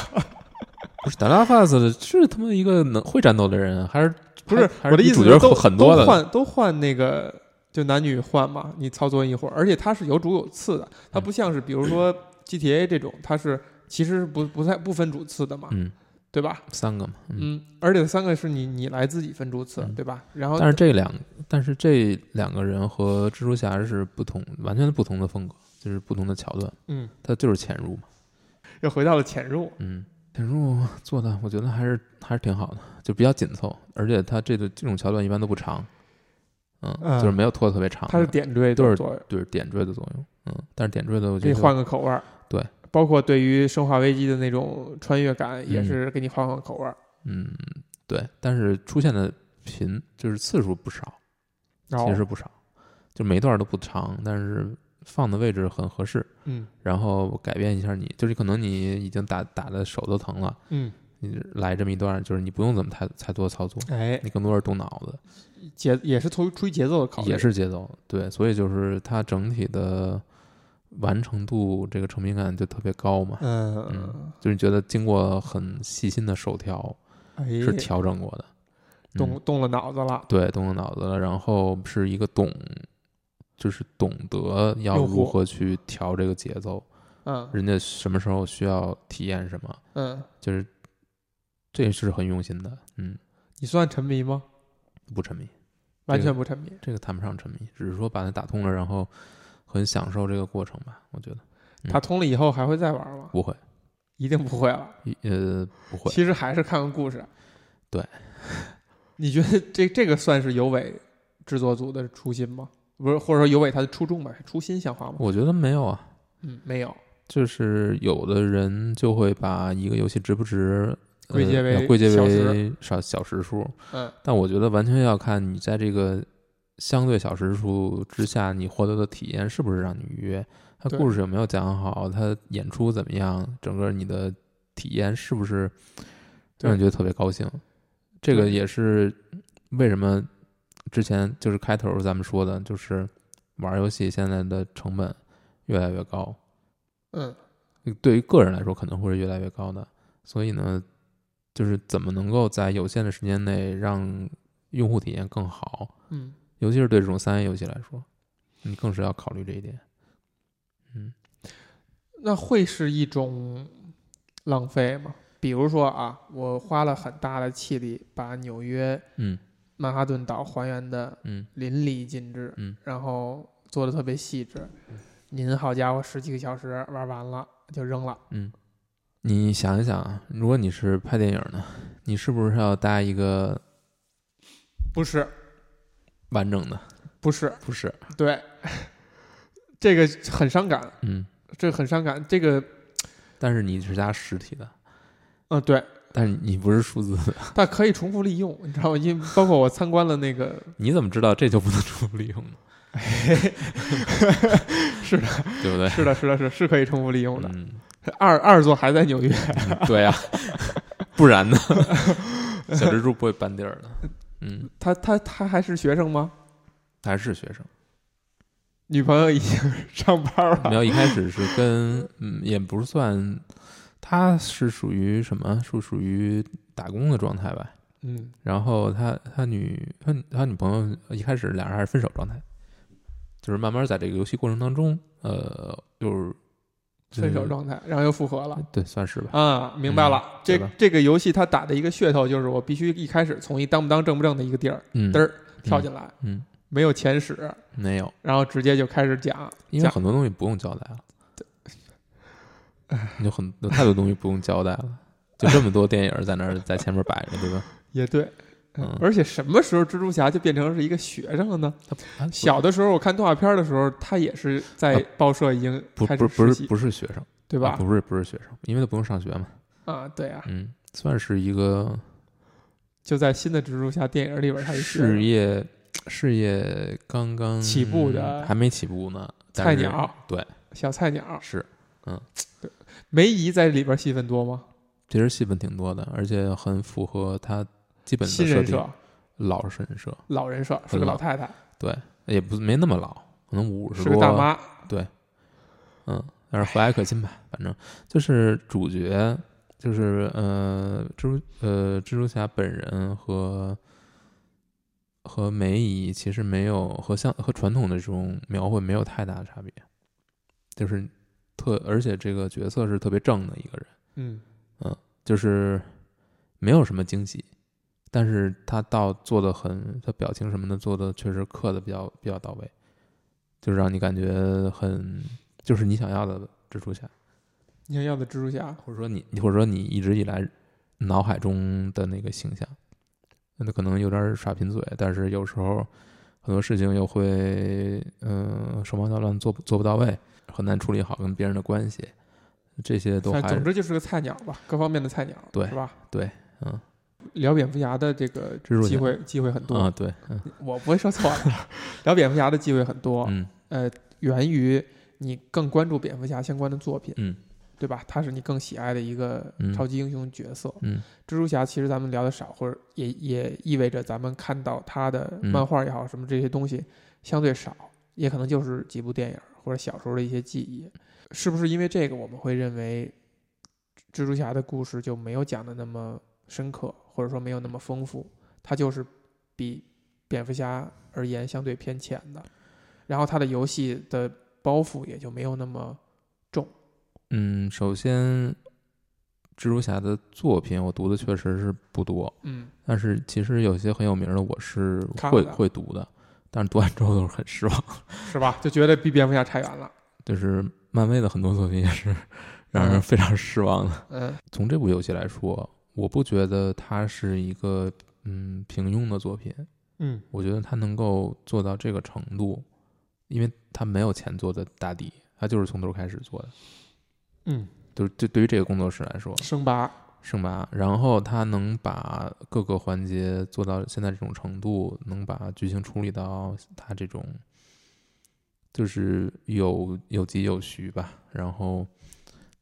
Speaker 2: 不是达拉法斯是他妈一个能会战斗的人啊，还是
Speaker 1: 不是
Speaker 2: 还还
Speaker 1: 我的
Speaker 2: 比
Speaker 1: 意思
Speaker 2: 主
Speaker 1: 是
Speaker 2: 角
Speaker 1: 都
Speaker 2: 很
Speaker 1: 都
Speaker 2: 多的，
Speaker 1: 换都换那个就男女换嘛，你操作一会儿，而且它是有主有次的，它
Speaker 2: 嗯
Speaker 1: 不像是比如说 GTA 这种，它是其实是不不太不分主次的嘛，
Speaker 2: 嗯，
Speaker 1: 对吧？
Speaker 2: 三个嘛，嗯，
Speaker 1: 嗯，而且三个是你你来自己分主次
Speaker 2: 嗯，
Speaker 1: 对吧？然后
Speaker 2: 但是这两但是这两个人和蜘蛛侠是不同，完全不同的风格，就是不同的桥段，
Speaker 1: 嗯，
Speaker 2: 他就是潜入嘛。
Speaker 1: 又回到了潜入，
Speaker 2: 嗯，点入做的，我觉得还是还是挺好的，就比较紧凑，而且它这个这种桥段一般都不长，嗯，
Speaker 1: 嗯
Speaker 2: 就是没有拖得特别长的，
Speaker 1: 它是点缀
Speaker 2: 都
Speaker 1: 的
Speaker 2: 是
Speaker 1: 作用，
Speaker 2: 啊就是点缀的作用，嗯，但是点缀的我
Speaker 1: 给
Speaker 2: 觉
Speaker 1: 你
Speaker 2: 得
Speaker 1: 换个口味儿，
Speaker 2: 对，
Speaker 1: 包括对于《生化危机》的那种穿越感，也
Speaker 2: 嗯
Speaker 1: 是给你换换口味儿，
Speaker 2: 嗯对，但是出现的频就是次数不少，
Speaker 1: 然后
Speaker 2: 其实不少，就每一段都不长，但是放的位置很合适，
Speaker 1: 嗯
Speaker 2: 然后改变一下你，就是可能你已经打打的手都疼了，
Speaker 1: 嗯，
Speaker 2: 你来这么一段，就是你不用怎么太太多操作，
Speaker 1: 哎，
Speaker 2: 你更多是动脑子。
Speaker 1: 节也是出于出于节奏的考虑，
Speaker 2: 也是节奏，对，所以就是它整体的完成度，这个成品感就特别高嘛，
Speaker 1: 嗯
Speaker 2: 嗯，就是觉得经过很细心的手调
Speaker 1: 哎，
Speaker 2: 是调整过的，嗯
Speaker 1: 动动了脑子了，
Speaker 2: 对，动了脑子了，然后是一个懂，就是懂得要
Speaker 1: 用户
Speaker 2: 如何去调这个节奏，
Speaker 1: 嗯
Speaker 2: 人家什么时候需要体验什么，
Speaker 1: 嗯，
Speaker 2: 就是这是很用心的，嗯，
Speaker 1: 你算沉迷吗？
Speaker 2: 不沉迷，
Speaker 1: 完全不沉迷。
Speaker 2: 这个谈不上沉迷，只是说把它打通了，然后很享受这个过程吧，我觉得嗯
Speaker 1: 打通了以后还会再玩吗？
Speaker 2: 不会。
Speaker 1: 一定不会了，
Speaker 2: 一呃，不 *laughs* 会，
Speaker 1: 其实还是看看故事。
Speaker 2: 对，
Speaker 1: 你觉得这这个算是有伟制作组的初心吗？不是，或者说有伟他的初衷吧？初心像话吗？
Speaker 2: 我觉得没有啊。
Speaker 1: 嗯，没有。
Speaker 2: 就是有的人就会把一个游戏值不值呃
Speaker 1: 归结为
Speaker 2: 归结
Speaker 1: 小
Speaker 2: 为
Speaker 1: 时
Speaker 2: 少小时数，
Speaker 1: 嗯，
Speaker 2: 但我觉得完全要看你在这个相对小时数之下，你获得的体验是不是让你愉悦，它
Speaker 1: 对
Speaker 2: 故事有没有讲好，它演出怎么样，整个你的体验是不是让你觉得特别高兴。这个
Speaker 1: 对
Speaker 2: 也是为什么之前就是开头咱们说的，就是玩游戏现在的成本越来越高，
Speaker 1: 嗯，
Speaker 2: 对于个人来说可能会是越来越高的。所以呢，就是怎么能够在有限的时间内让用户体验更好，
Speaker 1: 嗯，
Speaker 2: 尤其是对这种三 A 游戏来说，你更是要考虑这一点。嗯，
Speaker 1: 那会是一种浪费吗？比如说啊，我花了很大的气力把纽约
Speaker 2: 嗯
Speaker 1: 曼哈顿岛还原的
Speaker 2: 嗯
Speaker 1: 淋漓尽致，
Speaker 2: 嗯，
Speaker 1: 然后做的特别细致。您好家伙，十几个小时玩完了就扔了，
Speaker 2: 嗯，你想一想啊，如果你是拍电影呢，你是不是要搭一个
Speaker 1: 不是，
Speaker 2: 完整的？
Speaker 1: 不是，
Speaker 2: 不是，
Speaker 1: 对，这个很伤感，
Speaker 2: 嗯，
Speaker 1: 这个很伤感，这个，
Speaker 2: 但是你是加实体的，
Speaker 1: 嗯，对，
Speaker 2: 但是你不是数字的， *laughs*
Speaker 1: 但可以重复利用，你知道吗？因包括我参观了那个，
Speaker 2: 你怎么知道这就不能重复利用呢？
Speaker 1: *laughs*
Speaker 2: *laughs*
Speaker 1: 是的，
Speaker 2: 对不对？
Speaker 1: 是的，是的，是是可以重复利用的。
Speaker 2: 嗯，
Speaker 1: 二二座还在纽约，
Speaker 2: *laughs* 对呀、不然呢？小蜘蛛不会搬地儿的。嗯，
Speaker 1: 他他他还是学生吗？
Speaker 2: 还是学生。
Speaker 1: 女朋友已经 *laughs* 上班
Speaker 2: 没
Speaker 1: 了，
Speaker 2: 有，一开始是跟嗯，也不是算，他是属于什么？是属于打工的状态吧。
Speaker 1: 嗯，
Speaker 2: 然后他他女他他女朋友一开始俩人还是分手状态，就是慢慢在这个游戏过程当中，呃，就是就是
Speaker 1: 分手状态，然后又复合了。
Speaker 2: 对，算是吧。
Speaker 1: 啊，明白了。这
Speaker 2: 嗯对吧
Speaker 1: 这个游戏它打的一个噱头就是，我必须一开始从一当不当正不正的一个地儿
Speaker 2: 嗯
Speaker 1: 嘚儿跳进来，
Speaker 2: 嗯，
Speaker 1: 没有前史，
Speaker 2: 没有，
Speaker 1: 然后直接就开始讲。
Speaker 2: 因为
Speaker 1: 讲
Speaker 2: 很多东西不用交代了， *laughs* 有很有太多东西不用交
Speaker 1: *laughs*
Speaker 2: 代了，就这么多电影在那儿在前面摆着，对吧？
Speaker 1: 也对，
Speaker 2: 嗯
Speaker 1: 而且什么时候蜘蛛侠就变成是一个学生了呢？
Speaker 2: 啊不啊
Speaker 1: 小的时候我看动画片的时候，他也是在报社已经
Speaker 2: 不
Speaker 1: 开
Speaker 2: 不
Speaker 1: 始
Speaker 2: 不
Speaker 1: 实
Speaker 2: 是
Speaker 1: 习，
Speaker 2: 不是学生，
Speaker 1: 对
Speaker 2: 啊
Speaker 1: 吧？
Speaker 2: 不是不是学生，因为他不用上学嘛。
Speaker 1: 啊，对啊，
Speaker 2: 嗯，算是一个
Speaker 1: 就在新的蜘蛛侠电影里边，他
Speaker 2: 事
Speaker 1: 是
Speaker 2: 业事业刚刚
Speaker 1: 起步的
Speaker 2: 还没起步呢，但
Speaker 1: 菜
Speaker 2: 是
Speaker 1: 鸟，
Speaker 2: 对，
Speaker 1: 小菜鸟。
Speaker 2: 是，
Speaker 1: 梅姨在里边戏份多吗？
Speaker 2: 其实戏份挺多的，而且很符合他基本的
Speaker 1: 新
Speaker 2: 设
Speaker 1: 人
Speaker 2: 定，
Speaker 1: 设、
Speaker 2: 老人设，
Speaker 1: 老人设，是个老太太，
Speaker 2: 对，也不没那么老，可能五十
Speaker 1: 是
Speaker 2: 多，
Speaker 1: 个大妈。
Speaker 2: 嗯，但是和蔼可亲吧，反正就是主角就是呃蜘蛛呃蜘蛛侠本人和和梅姨其实没有和像和传统的这种描绘没有太大的差别，就是特而且这个角色是特别正的一个人，
Speaker 1: 嗯，
Speaker 2: 就是没有什么惊喜，但是他到做的很，他表情什么的做的确实刻的比较比较到位，就是让你感觉很，就是你想要的蜘蛛侠，
Speaker 1: 你想要的蜘蛛侠，
Speaker 2: 或者说你，或者说你一直以来脑海中的那个形象，那可能有点耍贫嘴，但是有时候很多事情又会，嗯、手忙脚乱做做不到位，很难处理好跟别人的关系，这些都
Speaker 1: 反
Speaker 2: 还
Speaker 1: 正哎总之就是个菜鸟吧，各方面的菜鸟，
Speaker 2: 对
Speaker 1: 是吧？
Speaker 2: 对，嗯，
Speaker 1: 聊蝙蝠侠的这个
Speaker 2: 蜘蛛侠
Speaker 1: 机会机会很多，
Speaker 2: 啊、对，嗯
Speaker 1: 我不会说错了。聊蝙蝠侠的机会很多，呃
Speaker 2: 嗯
Speaker 1: 源于你更关注蝙蝠侠相关的作品，
Speaker 2: 嗯，
Speaker 1: 对吧？他是你更喜爱的一个
Speaker 2: 嗯
Speaker 1: 超级英雄角色。
Speaker 2: 嗯
Speaker 1: 蜘蛛侠其实咱们聊的少，或者也也意味着咱们看到他的
Speaker 2: 嗯
Speaker 1: 漫画也好，什么这些东西相对少，也可能就是几部电影或者小时候的一些记忆。是不是因为这个，我们会认为蜘蛛侠的故事就没有讲的那么深刻，或者说没有那么丰富？它就是比蝙蝠侠而言相对偏浅的，然后它的游戏的包袱也就没有那么
Speaker 2: 嗯，首先，蜘蛛侠的作品我读的确实是不多，
Speaker 1: 嗯
Speaker 2: 但是其实有些很有名的我是
Speaker 1: 看
Speaker 2: 会
Speaker 1: 了的
Speaker 2: 会读的，但是读完之后都是很失望。 *laughs*
Speaker 1: 是吧？就觉得比蝙蝠侠差远了。
Speaker 2: 就是漫威的很多作品也是让人
Speaker 1: 嗯
Speaker 2: 非常失望的。
Speaker 1: 嗯
Speaker 2: 从这部游戏来说，我不觉得它是一个嗯平庸的作品，
Speaker 1: 嗯
Speaker 2: 我觉得它能够做到这个程度，因为它没有前作的打底，它就是从头开始做的。
Speaker 1: 嗯，
Speaker 2: 就是对对于这个工作室来说，
Speaker 1: 升八，
Speaker 2: 圣拔，然后他能把各个环节做到现在这种程度，能把剧情处理到他这种，就是有有疾有徐吧，然后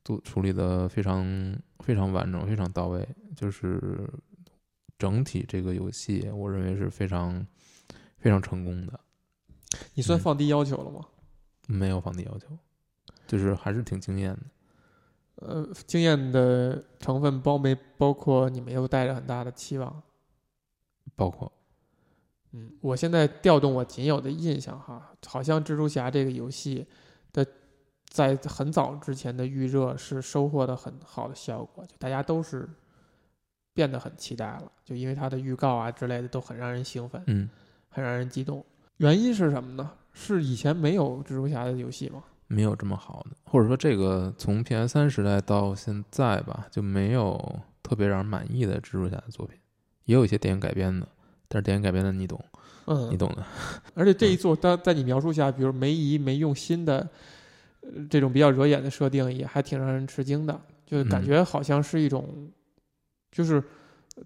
Speaker 2: 都处理的非常非常完整，非常到位，就是整体这个游戏，我认为是非常非常成功的，
Speaker 1: 你算
Speaker 2: 嗯
Speaker 1: 放低要求了吗？
Speaker 2: 没有放低要求，就是还是挺惊艳的。
Speaker 1: 呃，经验的成分包没包括你没有带着很大的期望？
Speaker 2: 包括
Speaker 1: 嗯，我现在调动我仅有的印象哈，好像蜘蛛侠这个游戏的在很早之前的预热是收获的很好的效果，就大家都是变得很期待了，就因为它的预告啊之类的都很让人兴奋，
Speaker 2: 嗯，
Speaker 1: 很让人激动。原因是什么呢？是以前没有蜘蛛侠的游戏吗？
Speaker 2: 没有这么好的，或者说这个从 PS 三时代到现在吧，就没有特别让人满意的蜘蛛侠的作品，也有一些电影改编的，但是电影改编的你懂，你
Speaker 1: 嗯，
Speaker 2: 懂的，
Speaker 1: 而且这
Speaker 2: 嗯
Speaker 1: 一座，当在你描述下，比如梅姨没用心的、呃这种比较惹眼的设定，也还挺让人吃惊的，就是感
Speaker 2: 嗯
Speaker 1: 觉好像是一种，就是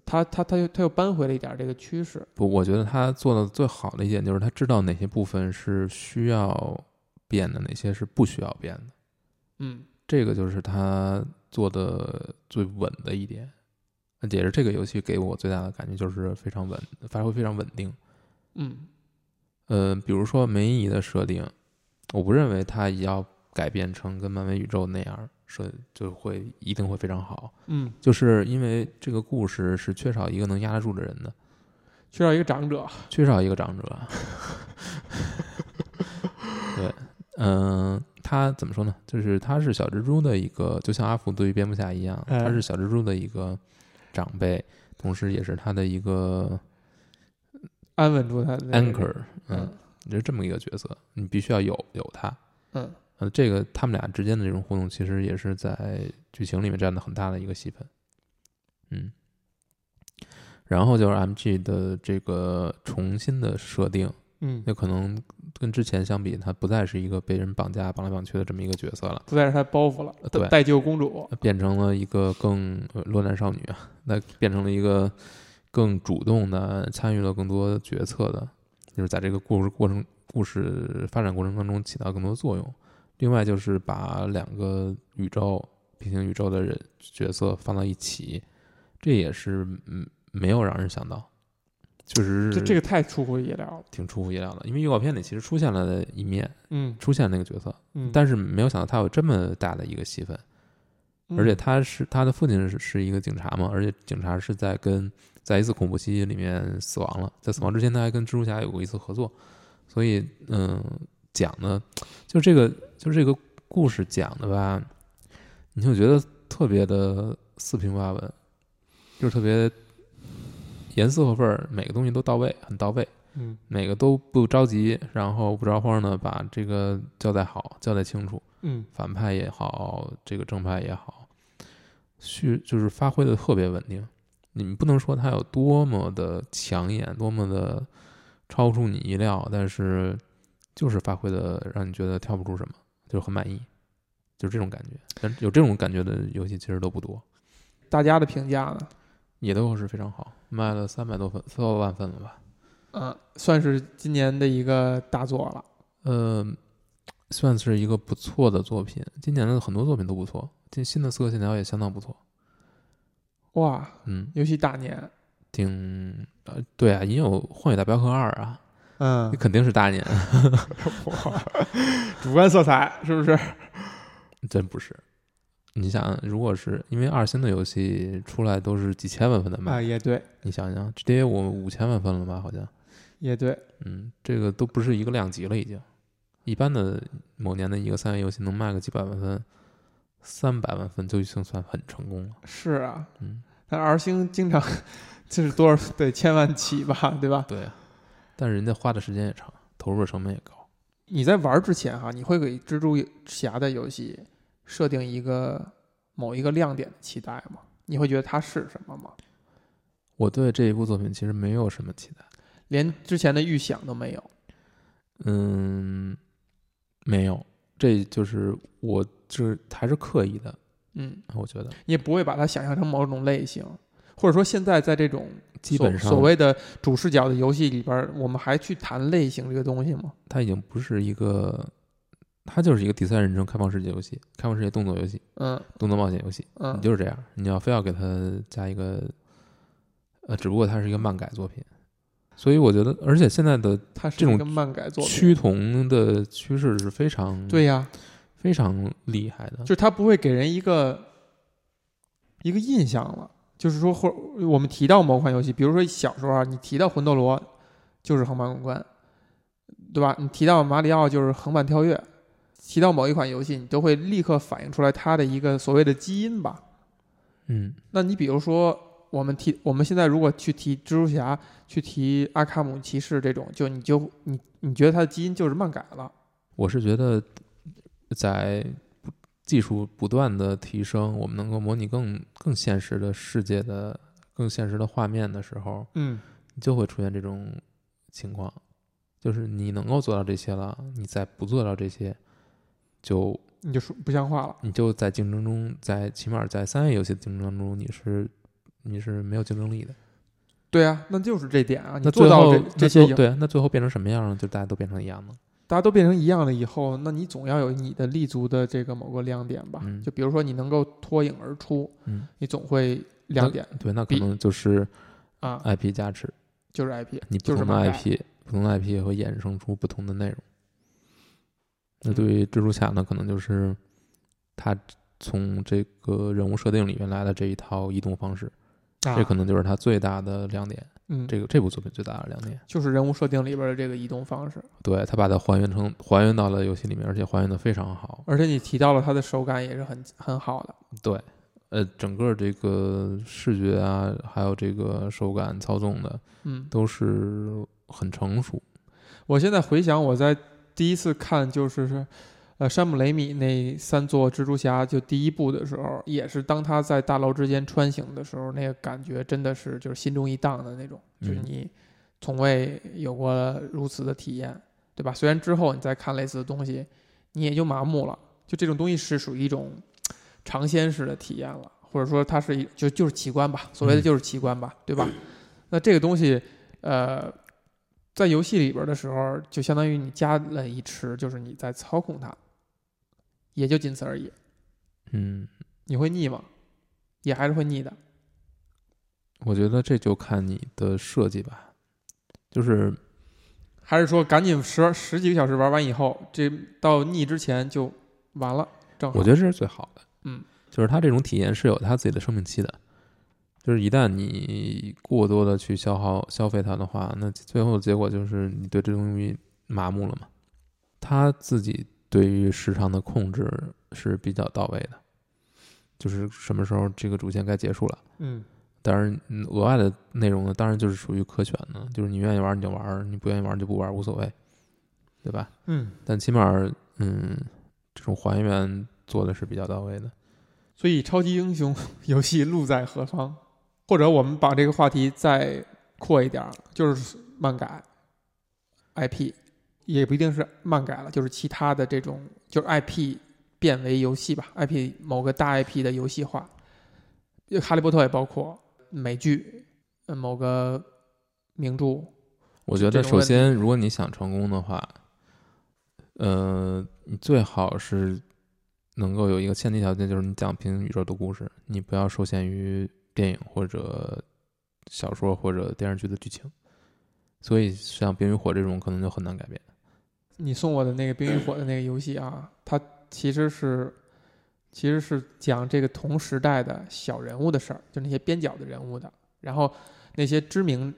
Speaker 1: 他他他又他又扳回了一点这个趋势。
Speaker 2: 不，我觉得他做的最好的一点就是他知道哪些部分是需要变的，哪些是不需要变的，
Speaker 1: 嗯，
Speaker 2: 这个就是他做的最稳的一点，也是这个游戏给我最大的感觉就是非常稳，发挥非常稳定。
Speaker 1: 嗯，
Speaker 2: 呃，比如说梅姨的设定，我不认为它也要改变成跟漫威宇宙那样设，就会一定会非常好，
Speaker 1: 嗯，
Speaker 2: 就是因为这个故事是缺少一个能压得住的人的，
Speaker 1: 缺少一个长者，
Speaker 2: 缺少一个长者。对，嗯、他怎么说呢？就是他是小蜘蛛的一个，就像阿福对于蝙蝠侠一样，
Speaker 1: 哎
Speaker 2: 他是小蜘蛛的一个长辈，同时也是他的一个
Speaker 1: 安稳住他的那个
Speaker 2: anchor，嗯，就是这么一个角色，你必须要有有他。
Speaker 1: 嗯
Speaker 2: 呃，这个他们俩之间的这种互动，其实也是在剧情里面占了很大的一个戏份。嗯，然后就是 MG 的这个重新的设定，
Speaker 1: 嗯，
Speaker 2: 那可能跟之前相比，他不再是一个被人绑架、绑来绑去的这么一个角色了，
Speaker 1: 不再是他的包袱了，
Speaker 2: 呃对呃
Speaker 1: 代代救公主，
Speaker 2: 变成了一个更呃落难少女啊，那变成了一个更主动的参与了更多决策的，就是在这个故事过程、故事发展过程当中起到更多作用。另外就是把两个宇宙平行宇宙的人角色放到一起，这也是嗯没有让人想到，确实
Speaker 1: 这
Speaker 2: 是
Speaker 1: 这个太出乎意料了。
Speaker 2: 挺出乎意料的，因为预告片里其实出现了一面，
Speaker 1: 嗯
Speaker 2: 出现那个角色，
Speaker 1: 嗯，
Speaker 2: 但是没有想到他有这么大的一个戏份。
Speaker 1: 嗯
Speaker 2: 而且他是他的父亲是是一个警察嘛，而且警察是在跟在一次恐怖袭击里面死亡了，在死亡之前他还跟蜘蛛侠有过一次合作，所以嗯、讲的就这个就这个故事讲的吧，你就觉得特别的四平八稳，就是特别严丝合缝儿，每个东西都到位，很到位，
Speaker 1: 嗯
Speaker 2: 每个都不着急，然后不着慌的把这个交代好，交代清楚。
Speaker 1: 嗯
Speaker 2: 反派也好，这个正派也好，续就是发挥的特别稳定。你们不能说他有多么的抢眼，多么的超出你意料，但是就是发挥的让你觉得跳不出什么，就很满意，就这种感觉。但有这种感觉的游戏其实都不多，
Speaker 1: 大家的评价呢？
Speaker 2: 也都是非常好，卖了三百多份，四万份了吧？
Speaker 1: 嗯，算是今年的一个大作了。
Speaker 2: 呃，算是一个不错的作品。今年的很多作品都不错，这新的《刺客信条》也相当不错。
Speaker 1: 哇，
Speaker 2: 嗯，
Speaker 1: 游戏大年，
Speaker 2: 挺呃，对啊，也有《荒野大镖客二》啊，
Speaker 1: 嗯
Speaker 2: 那，肯定是大年，啊
Speaker 1: *laughs* 主观色彩是不是？
Speaker 2: *laughs* 真不是。你想，如果是因为二星的游戏出来都是几千万份的卖，
Speaker 1: 啊，也对，
Speaker 2: 你想想，GTA 我五千万份了吧？好像，
Speaker 1: 也对，
Speaker 2: 嗯，这个都不是一个量级了，已经。一般的某年的一个三 A 游戏能卖个几百万份、三百万份就已经算很成功了。
Speaker 1: 是啊。
Speaker 2: 嗯，
Speaker 1: 但 R 星经常就是多少得千万起吧，对吧？
Speaker 2: 对啊，但是人家花的时间也长，投入的成本也高。
Speaker 1: 你在玩之前哈，你会给蜘蛛侠的游戏设定一个某一个亮点的期待吗？你会觉得它是什么吗？
Speaker 2: 我对这一部作品其实没有什么期待。
Speaker 1: 连之前的预想都没有。
Speaker 2: 嗯，没有，这就是我就是还是刻意的，
Speaker 1: 嗯，
Speaker 2: 我觉得
Speaker 1: 你也不会把它想象成某种类型，或者说现在在这种
Speaker 2: 基本
Speaker 1: 所
Speaker 2: 上
Speaker 1: 所谓的主视角的游戏里边儿，我们还去谈类型这个东西吗？
Speaker 2: 它已经不是一个，它就是一个第三人称开放世界游戏，开放世界动作游戏，
Speaker 1: 嗯
Speaker 2: 动作冒险游戏，
Speaker 1: 嗯
Speaker 2: 你，就是这样。你要非要给它加一个，呃，只不过它是一个漫改作品，所以我觉得，而且现在的
Speaker 1: 它是
Speaker 2: 这种
Speaker 1: 一个漫改作品，
Speaker 2: 趋同的趋势是非常
Speaker 1: 对呀、
Speaker 2: 非常厉害的
Speaker 1: 就。是它不会给人一个一个印象了。就是说，或我们提到某款游戏，比如说小时候啊，你提到魂斗罗就是横版过关，对吧？你提到马里奥就是横版跳跃，提到某一款游戏，你都会立刻反映出来它的一个所谓的基因吧。
Speaker 2: 嗯，
Speaker 1: 那你比如说，我们提我们现在如果去提蜘蛛侠，去提阿卡姆骑士这种，就你就你你觉得它的基因就是漫改了，
Speaker 2: 我是觉得在不技术不断的提升，我们能够模拟更更现实的世界的更现实的画面的时候，
Speaker 1: 嗯，
Speaker 2: 就会出现这种情况，就是你能够做到这些了，你再不做到这些，就
Speaker 1: 你就说不像话了，
Speaker 2: 你就在竞争中，在起码在三 A 游戏的竞争中，你是你是没有竞争力的。
Speaker 1: 对啊，那就是这点啊，你
Speaker 2: 那
Speaker 1: 做
Speaker 2: 最
Speaker 1: 到
Speaker 2: 后
Speaker 1: 这这些
Speaker 2: 那最
Speaker 1: 以
Speaker 2: 后
Speaker 1: 后，
Speaker 2: 对，那最后变成什么样了？就大家都变成一样的。
Speaker 1: 大家都变成一样了以后，那你总要有你的立足的这个某个亮点吧，
Speaker 2: 嗯
Speaker 1: 就比如说你能够脱颖而出，
Speaker 2: 嗯，
Speaker 1: 你总会亮点
Speaker 2: 对，那可
Speaker 1: 比
Speaker 2: 能就是
Speaker 1: 啊，
Speaker 2: IP 加持，
Speaker 1: 就是 IP，
Speaker 2: 你
Speaker 1: 就
Speaker 2: 不
Speaker 1: 是
Speaker 2: 同的
Speaker 1: 漫改
Speaker 2: IP，不同的 IP 会衍生出不同的内容。那
Speaker 1: 嗯
Speaker 2: 对于蜘蛛侠呢，可能就是他从这个人物设定里面来的这一套移动方式，
Speaker 1: 啊
Speaker 2: 这可能就是他最大的亮点。
Speaker 1: 嗯，
Speaker 2: 这个这部作品最大的亮点，
Speaker 1: 就是人物设定里边的这个移动方式，
Speaker 2: 对他把它还原成还原到了游戏里面，而且还原的非常好。
Speaker 1: 而且你提到了它的手感也是很很好的，
Speaker 2: 对，呃，整个这个视觉啊，还有这个手感操纵的
Speaker 1: 嗯。
Speaker 2: 都是很成熟。
Speaker 1: 我现在回想，我在第一次看就是是，呃，山姆雷米那三座蜘蛛侠就第一部的时候，也是当他在大楼之间穿行的时候，那个感觉真的是就是心中一荡的那种，
Speaker 2: 嗯
Speaker 1: 就是你从未有过如此的体验，对吧？虽然之后你再看类似的东西，你也就麻木了，就这种东西是属于一种尝鲜式的体验了，或者说它是一就就是奇观吧，所谓的
Speaker 2: 嗯
Speaker 1: 就是奇观吧，对吧？那这个东西，呃，在游戏里边的时候，就相当于你加了一池，就是你在操控它，也就仅此而已。
Speaker 2: 嗯，
Speaker 1: 你会腻吗？也还是会腻的。
Speaker 2: 我觉得这就看你的设计吧，就是
Speaker 1: 还是说赶紧十十几个小时玩完以后，这到腻之前就完了，正好。
Speaker 2: 我觉得这是最好的。
Speaker 1: 嗯，
Speaker 2: 就是它这种体验是有它自己的生命期的，就是一旦你过多的去消耗消费它的话，那最后的结果就是你对这东西麻木了嘛。他自己对于时长的控制是比较到位的，就是什么时候这个主线该结束了。
Speaker 1: 嗯
Speaker 2: 当然，嗯额外的内容呢，当然就是属于可选的，就是你愿意玩你就玩，你不愿意玩就不玩，无所谓，对吧？
Speaker 1: 嗯，
Speaker 2: 但起码，嗯，这种还原做的是比较到位的。
Speaker 1: 所以超级英雄 *laughs* 游戏路在何方？或者我们把这个话题再扩一点儿，就是漫改 IP，也不一定是漫改了，就是其他的这种，就是 IP 变为游戏吧，IP 某个大 IP 的游戏化，哈利波特也包括美剧，呃某个名著，
Speaker 2: 我觉
Speaker 1: 这
Speaker 2: 得，
Speaker 1: 种
Speaker 2: 首
Speaker 1: 问题
Speaker 2: 先，如果你想成功的话，呃，你最好是能够有一个前提条件，就是你讲平行宇宙的故事，你不要受限于电影或者小说或者电视剧的剧情。所以，像《冰与火》这种可能就很难改变。
Speaker 1: 你送我的那个《冰与火》的那个游戏啊，它其实是其实是讲这个同时代的小人物的事儿，就那些边角的人物的。然后那些知名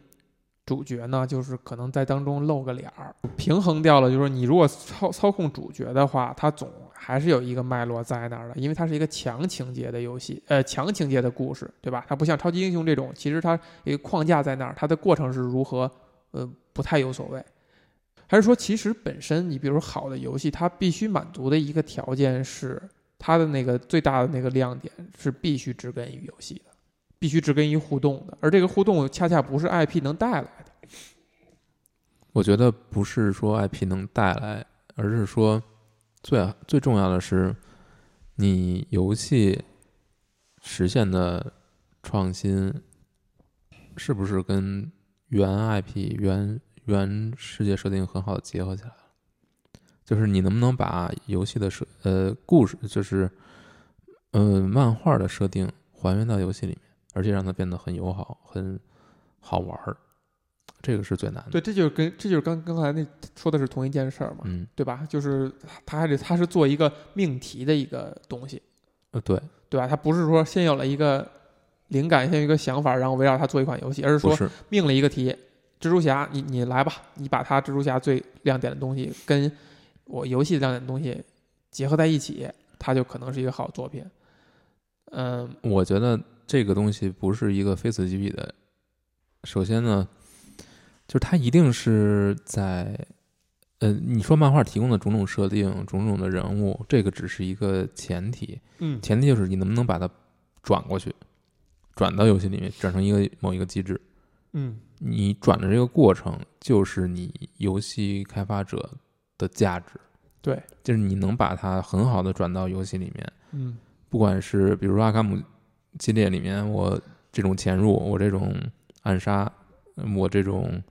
Speaker 1: 主角呢，就是可能在当中露个脸儿，平衡掉了。就是说，你如果操操控主角的话，它总还是有一个脉络在那儿的，因为它是一个强情节的游戏，呃，强情节的故事，对吧？它不像超级英雄这种，其实它有一个框架在那儿，它的过程是如何，呃，不太有所谓。还是说，其实本身你比如好的游戏，它必须满足的一个条件是，它的那个最大的那个亮点是必须植根于游戏的，必须植根于互动的，而这个互动恰恰不是 IP 能带来的。
Speaker 2: 我觉得不是说 IP 能带来，而是说最最重要的是，你游戏实现的创新是不是跟原 IP、原原世界设定很好的结合起来了？就是你能不能把游戏的设呃故事，就是呃漫画的设定还原到游戏里面，而且让它变得很友好、很好玩儿，这个是最难的。
Speaker 1: 对，这就是跟这就是刚刚才那说的是同一件事儿嘛，
Speaker 2: 嗯，
Speaker 1: 对吧？就是他还得他是做一个命题的一个东西，
Speaker 2: 呃，对，
Speaker 1: 对吧？他不是说先有了一个灵感，先有一个想法，然后围绕它做一款游戏，而是
Speaker 2: 不
Speaker 1: 说
Speaker 2: 是，
Speaker 1: 命了一个题，蜘蛛侠，你你来吧，你把它蜘蛛侠最亮点的东西跟我游戏亮点的东西结合在一起，它就可能是一个好作品。嗯，
Speaker 2: 我觉得这个东西不是一个非此即彼的。首先呢，就是它一定是在，呃，你说漫画提供的种种设定、种种的人物，这个只是一个前提，
Speaker 1: 嗯，
Speaker 2: 前提就是你能不能把它转过去，转到游戏里面，转成一个某一个机制。
Speaker 1: 嗯，
Speaker 2: 你转的这个过程，就是你游戏开发者的价值，
Speaker 1: 对，
Speaker 2: 就是你能把它很好的转到游戏里面。
Speaker 1: 嗯，
Speaker 2: 不管是比如说阿卡姆系列里面，我这种潜入，我这种暗杀，嗯我这种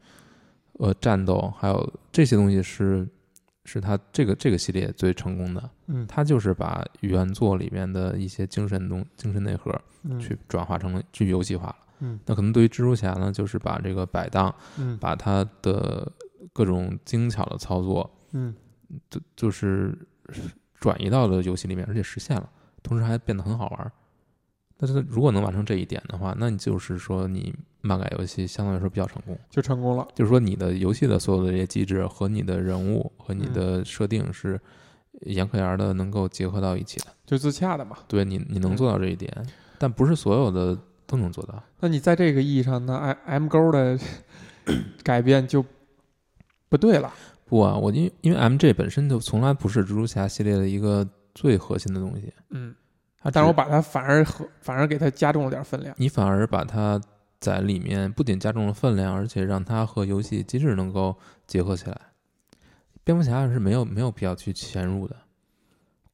Speaker 2: 呃战斗，还有这些东西是是他这个这个系列最成功的。
Speaker 1: 嗯，
Speaker 2: 他就是把原作里面的一些精神东精神内核
Speaker 1: 嗯
Speaker 2: 去转化成了去游戏化了。
Speaker 1: 嗯，
Speaker 2: 那可能对于蜘蛛侠呢，就是把这个摆荡，
Speaker 1: 嗯
Speaker 2: 把他的各种精巧的操作，
Speaker 1: 嗯，
Speaker 2: 就就是转移到了游戏里面，而且实现了，同时还变得很好玩儿。但是如果能完成这一点的话，那你就是说你漫改游戏相对来说比较成功，
Speaker 1: 就成功了。
Speaker 2: 就是说你的游戏的所有的这些机制和你的人物和你的设定是严科研的能够结合到一起的。
Speaker 1: 就自洽的嘛。
Speaker 2: 对你，你能
Speaker 1: 嗯
Speaker 2: 做到这一点，但不是所有的都能做到。
Speaker 1: 那你在这个意义上，那 M M 勾的改变就不对了。
Speaker 2: 不啊，我因因为 M J 本身就从来不是蜘蛛侠系列的一个最核心的东西，
Speaker 1: 嗯，
Speaker 2: 它
Speaker 1: 但是
Speaker 2: 只
Speaker 1: 我把它反而和反而给它加重了点分量。
Speaker 2: 你反而把它在里面不仅加重了分量，而且让它和游戏机制能够结合起来。蝙蝠侠是没有没有必要去潜入的，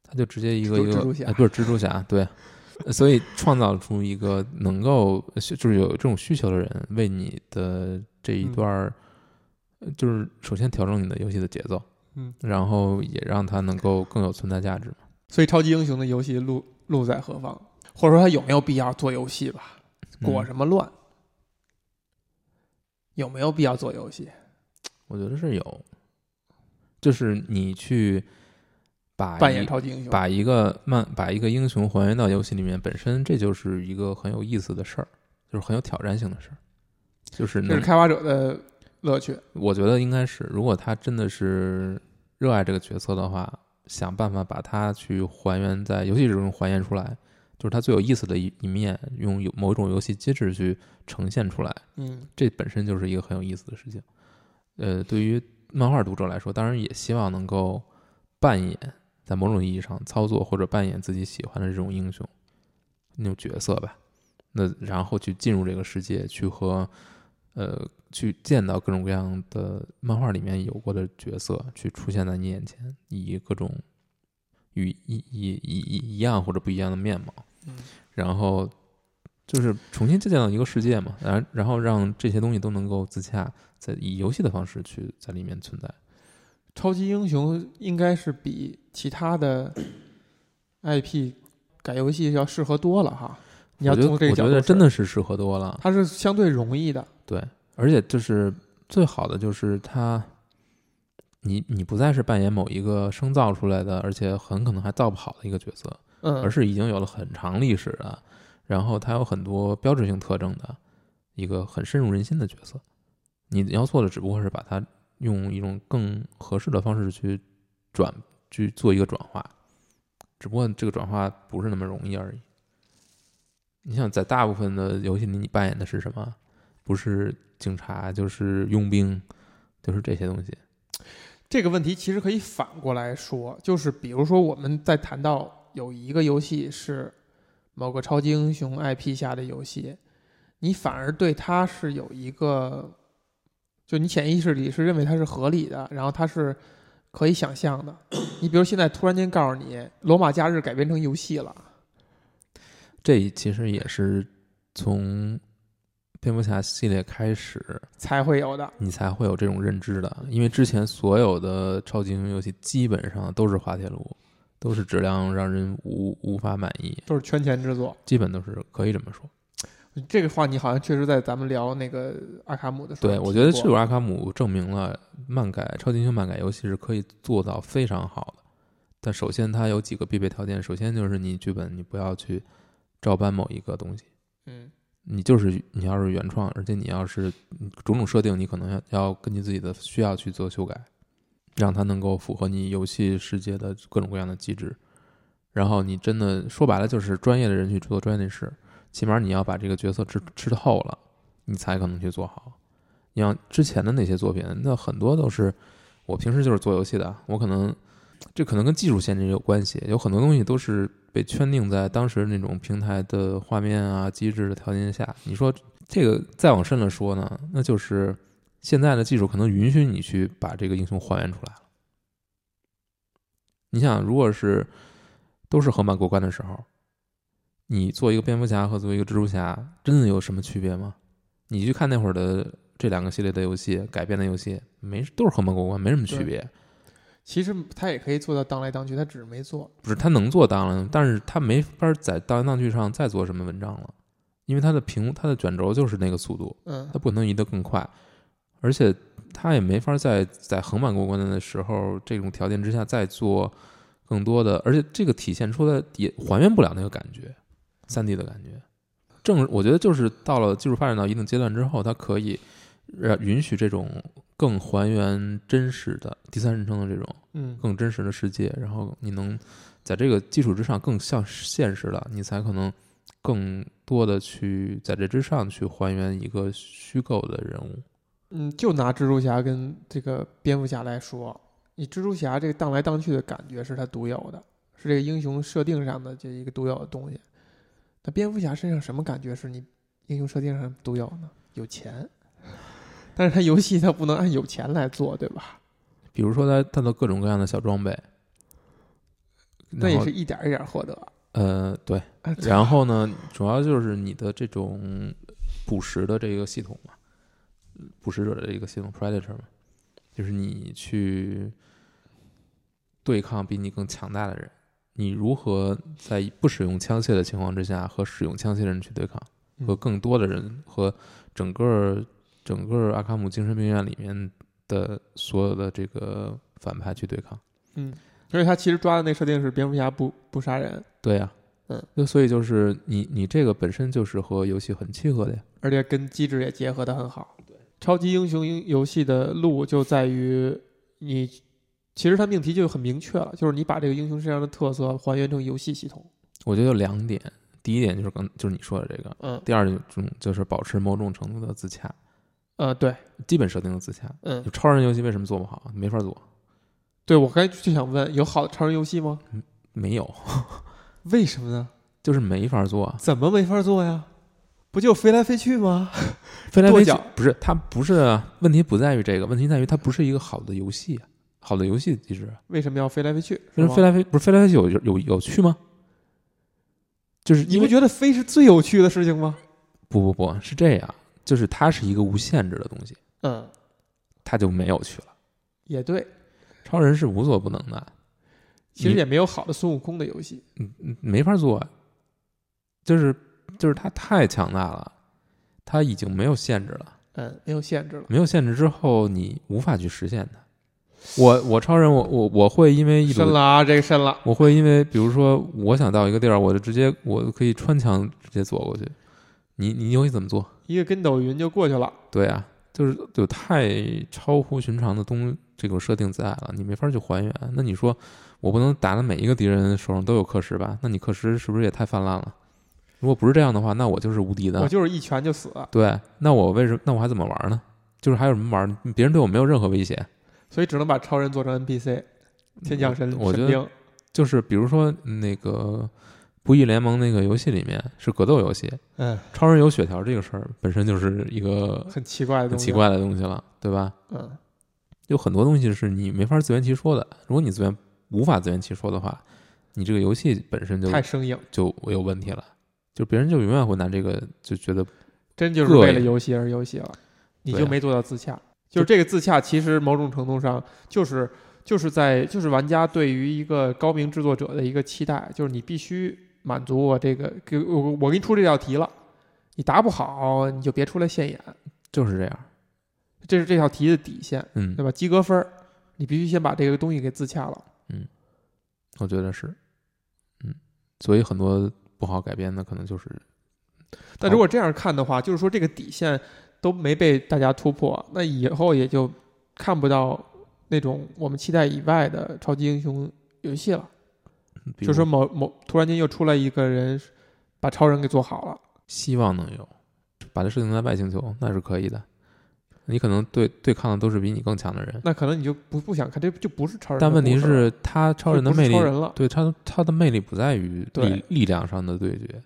Speaker 2: 他就直接一个一
Speaker 1: 蜘蛛蜘
Speaker 2: 个
Speaker 1: 蛛侠
Speaker 2: 哎不是蜘蛛侠，对，呃所以创造出一个能够就是有这种需求的人为你的这
Speaker 1: 嗯
Speaker 2: 一段儿，呃就是首先调整你的游戏的节奏，
Speaker 1: 嗯，
Speaker 2: 然后也让它能够更有存在价值嘛。
Speaker 1: 所以超级英雄的游戏路路在何方，或者说它有没有必要做游戏吧？
Speaker 2: 嗯
Speaker 1: 裹什么乱？有没有必要做游戏？
Speaker 2: 我觉得是有，就是你去把
Speaker 1: 哎扮演
Speaker 2: 一
Speaker 1: 超级英雄？
Speaker 2: 把一个漫把一个英雄还原到游戏里面，本身这就是一个很有意思的事儿，就是很有挑战性的事儿，就是
Speaker 1: 这
Speaker 2: 能
Speaker 1: 是开发者的乐趣。
Speaker 2: 我觉得应该是，如果他真的是热爱这个角色的话，想办法把它去还原在游戏之中还原出来，就是他最有意思的一一面，用有某种游戏机制去呈现出来。
Speaker 1: 嗯
Speaker 2: 这本身就是一个很有意思的事情。呃，对于漫画读者来说，当然也希望能够扮演在某种意义上操作或者扮演自己喜欢的这种英雄那种角色吧。那然后去进入这个世界，去和呃去见到各种各样的漫画里面有过的角色，去出现在你眼前，以各种与一一一一一样或者不一样的面貌。
Speaker 1: 嗯
Speaker 2: 然后就是重新再建造一个世界嘛，然然后让这些东西都能够自洽，在以游戏的方式去在里面存在。
Speaker 1: 超级英雄应该是比其他的 IP 改游戏要适合多了哈。你要
Speaker 2: 我觉得
Speaker 1: 从这个
Speaker 2: 我
Speaker 1: 角
Speaker 2: 觉
Speaker 1: 度
Speaker 2: 得
Speaker 1: 说，
Speaker 2: 真的是适合多了，
Speaker 1: 它是相对容易的。
Speaker 2: 对，而且就是最好的就是它，你你不再是扮演某一个生造出来的，而且很可能还造不好的一个角色，
Speaker 1: 嗯，
Speaker 2: 而是已经有了很长历史的，然后它有很多标志性特征的一个很深入人心的角色。你要做的只不过是把它用一种更合适的方式去转，去做一个转化，只不过这个转化不是那么容易而已。你想，在大部分的游戏里，你扮演的是什么？不是警察，就是佣兵，就是这些东西。
Speaker 1: 这个问题其实可以反过来说，就是比如说我们在谈到有一个游戏是某个超级英雄 IP 下的游戏，你反而对它是有一个，就你潜意识里是认为它是合理的，然后它是可以想象的。 *clears throat* 你比如现在突然间告诉你《罗马假日》改编成游戏了，
Speaker 2: 这其实也是从蝙蝠侠系列开始，
Speaker 1: 才会有的。
Speaker 2: 你才会有这种认知的，因为之前所有的超级英雄游戏基本上都是滑铁卢，都是质量让人无无法满意，
Speaker 1: 都是圈钱之作。
Speaker 2: 基本都是可以这么说。
Speaker 1: 这个话你好像确实在咱们聊那个阿卡姆的时候
Speaker 2: 对，
Speaker 1: 提过，
Speaker 2: 我觉得赤裸阿卡姆证明了漫改超级英雄漫改游戏是可以做到非常好的。但首先，它有几个必备条件，首先就是你剧本你不要去照搬某一个东西，
Speaker 1: 嗯，
Speaker 2: 你就是你要是原创，而且你要是嗯种种设定，你可能要要根据自己的需要去做修改，让它能够符合你游戏世界的各种各样的机制。然后你真的说白了就是专业的人去做专业的事，起码你要把这个角色吃吃透了，你才可能去做好。你像之前的那些作品，那很多都是我平时就是做游戏的，我可能这可能跟技术限制也有关系，有很多东西都是被圈定在当时那种平台的画面啊、机制的条件下。你说这个再往深了说呢，那就是现在的技术可能允许你去把这个英雄还原出来了。你想，如果是都是横版过关的时候，你做一个蝙蝠侠和做一个蜘蛛侠，真的有什么区别吗？你去看那会儿的这两个系列的游戏改编的游戏，没都是横版过关，没什么区
Speaker 1: 对
Speaker 2: 别。
Speaker 1: 其实他也可以做到当来当去，他只是没做。
Speaker 2: 不是他能做当然，但是他没法在当来当去上再做什么文章了，因为他的屏他的卷轴就是那个速度，
Speaker 1: 嗯
Speaker 2: 他，不可能移得更快，而且他也没法在在横版过关的时候这种条件之下再做更多的，而且这个体现出的也还原不了那个感觉，三 D 的感觉。正我觉得就是到了技术发展到一定阶段之后，它可以让允许这种更还原真实的第三人称的这种
Speaker 1: 嗯，
Speaker 2: 更真实的世界，然后你能在这个基础之上更像现实了，你才可能更多的去在这之上去还原一个虚构的人物。
Speaker 1: 嗯，就拿蜘蛛侠跟这个蝙蝠侠来说，你蜘蛛侠这个荡来荡去的感觉是他独有的，是这个英雄设定上的这一个独有的东西。那蝙蝠侠身上什么感觉是你英雄设定上独有呢？有钱，但是他游戏他不能按有钱来做，对吧？
Speaker 2: 比如说他他的各种各样的小装备，
Speaker 1: 那
Speaker 2: 然
Speaker 1: 也
Speaker 2: 后
Speaker 1: 是一点儿一点儿获得。
Speaker 2: 呃对，
Speaker 1: *laughs* 啊
Speaker 2: 然后呢，主要就是你的这种捕食的这个系统嘛，捕食者的这个系统 predator 嘛，就是你去对抗比你更强大的人，你如何在不使用枪械的情况之下和使用枪械的人去对抗，
Speaker 1: 嗯
Speaker 2: 和更多的人和整个整个阿卡姆精神病院里面的所有的这个反派去对抗。
Speaker 1: 嗯，所以他其实抓的那设定是蝙蝠侠不不杀人，
Speaker 2: 对呀、
Speaker 1: 嗯，
Speaker 2: 那所以就是你你这个本身就是和游戏很契合的呀。
Speaker 1: 而且跟机制也结合的很好。超级英雄游戏的路就在于你，其实它命题就很明确了，就是你把这个英雄身上的特色还原成游戏系统。
Speaker 2: 我觉得有两点，第一点就是刚就是你说的这个，
Speaker 1: 嗯，
Speaker 2: 第二种就是保持某种程度的自洽，
Speaker 1: 呃，对，
Speaker 2: 基本设定的自洽。
Speaker 1: 嗯
Speaker 2: 就，超人游戏为什么做不好？啊没法做，
Speaker 1: 对我刚才就想问，有好的超人游戏吗？
Speaker 2: 没有，
Speaker 1: 为什么呢？
Speaker 2: 就是没法做啊。
Speaker 1: 怎么没法做呀？不就飞来飞去吗？
Speaker 2: 飞来飞
Speaker 1: 跺
Speaker 2: 去
Speaker 1: 脚
Speaker 2: 不是它不是啊问题不在于这个，问题在于它不是一个好的游戏啊，好的游戏机制啊。
Speaker 1: 为什么要飞来飞去？
Speaker 2: 就是
Speaker 1: 吗
Speaker 2: 飞来飞不是飞来飞去有有有趣吗？就是
Speaker 1: 你
Speaker 2: 因
Speaker 1: 不
Speaker 2: 为
Speaker 1: 觉得飞是最有趣的事情吗？
Speaker 2: 不不不是这样，就是它是一个无限制的东西，
Speaker 1: 嗯，
Speaker 2: 它就没有趣了。
Speaker 1: 也对，
Speaker 2: 超人是无所不能的，
Speaker 1: 其实
Speaker 2: 你
Speaker 1: 也没有好的孙悟空的游戏。
Speaker 2: 嗯嗯，没法做，就是就是他太强大了，他已经没有限制了，
Speaker 1: 嗯，没有限制了。
Speaker 2: 没有限制之后你无法去实现它。我我超人我我我会因为一
Speaker 1: 深
Speaker 2: 种
Speaker 1: 了啊，这个深了。
Speaker 2: 我会因为比如说我想到一个地儿，我就直接我可以穿墙直接走过去，你你游戏怎么做？
Speaker 1: 一个跟斗云就过去了。
Speaker 2: 对啊，就是有太超乎寻常的东这个设定在了，你没法去还原。那你说我不能打的每一个敌人手上都有氪石吧？那你氪石是不是也太泛滥了？如果不是这样的话，那我就是无敌
Speaker 1: 我
Speaker 2: 的。
Speaker 1: 就是一拳就死，
Speaker 2: 对，那我为什么？那我还怎么玩呢？就是还有什么玩？别人对我没有任何威胁。
Speaker 1: 所以只能把超人做成 NPC，天降神
Speaker 2: 嗯我我觉
Speaker 1: 神
Speaker 2: 得
Speaker 1: 兵。
Speaker 2: 就是比如说那个《不义联盟》那个游戏里面是格斗游戏，
Speaker 1: 嗯，
Speaker 2: 超人有血条这个事儿本身就是一个
Speaker 1: 很奇怪的
Speaker 2: 很
Speaker 1: 东西。
Speaker 2: 奇。怪的东西了，对吧？
Speaker 1: 嗯，
Speaker 2: 有很多东西是你没法自圆其说的。如果你自圆无法自圆其说的话，你这个游戏本身就
Speaker 1: 太生硬，
Speaker 2: 就有问题了，就别人就永远会拿这个就觉得
Speaker 1: 真就是
Speaker 2: 膈
Speaker 1: 为了
Speaker 2: 应
Speaker 1: 游戏而游戏了，你
Speaker 2: 对
Speaker 1: 就
Speaker 2: 啊
Speaker 1: 没做到自洽。就是这个自洽，其实某种程度上就是就是在就是玩家对于一个高明制作者的一个期待，就是你必须满足我这个，给我我给你出这道题了，你答不好你就别出来现眼，
Speaker 2: 就是这样。
Speaker 1: 这是这道题的底线，
Speaker 2: 嗯
Speaker 1: 对，吧？及格分儿，你必须先把这个东西给自洽了。
Speaker 2: 我觉得是，嗯，所以很多不好改编的可能就是
Speaker 1: 但如果这样看的话，就是说这个底线都没被大家突破，那以后也就看不到那种我们期待以外的超级英雄游戏了。
Speaker 2: 比
Speaker 1: 就
Speaker 2: 如
Speaker 1: 说某某突然间又出来一个人把超人给做好了，
Speaker 2: 希望能有，把这事情在外星球那是可以的。你可能对对抗的都是比你更强的人，
Speaker 1: 那可能你就不不想看，这就不是超人的
Speaker 2: 但
Speaker 1: 故事了。
Speaker 2: 问题是，他超人的
Speaker 1: 不是
Speaker 2: 魅力
Speaker 1: 超，人了，
Speaker 2: 对他他的魅力不在于力
Speaker 1: 对
Speaker 2: 力量上的对决，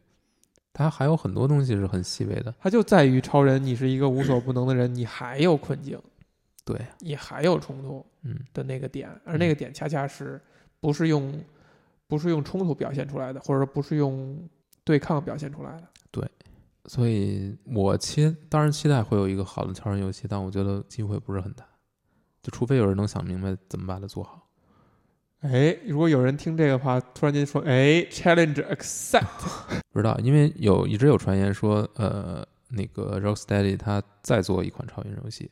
Speaker 2: 他还有很多东西是很细微的。
Speaker 1: 它就在于超人，你是一个无所不能的人，你还有困境，
Speaker 2: 对，
Speaker 1: 你还有冲突
Speaker 2: 嗯，
Speaker 1: 的那个点，而那个点恰恰是不是用不是用冲突表现出来的，或者说不是用对抗表现出来的。
Speaker 2: 所以我期当然期待会有一个好的超人游戏，但我觉得机会不是很大，就除非有人能想明白怎么把它做好。
Speaker 1: 哎，如果有人听这个话，突然间说，哎，challenge accept，
Speaker 2: 不知道，因为有一直有传言说，呃，那个 Rocksteady 他再做一款超英游戏，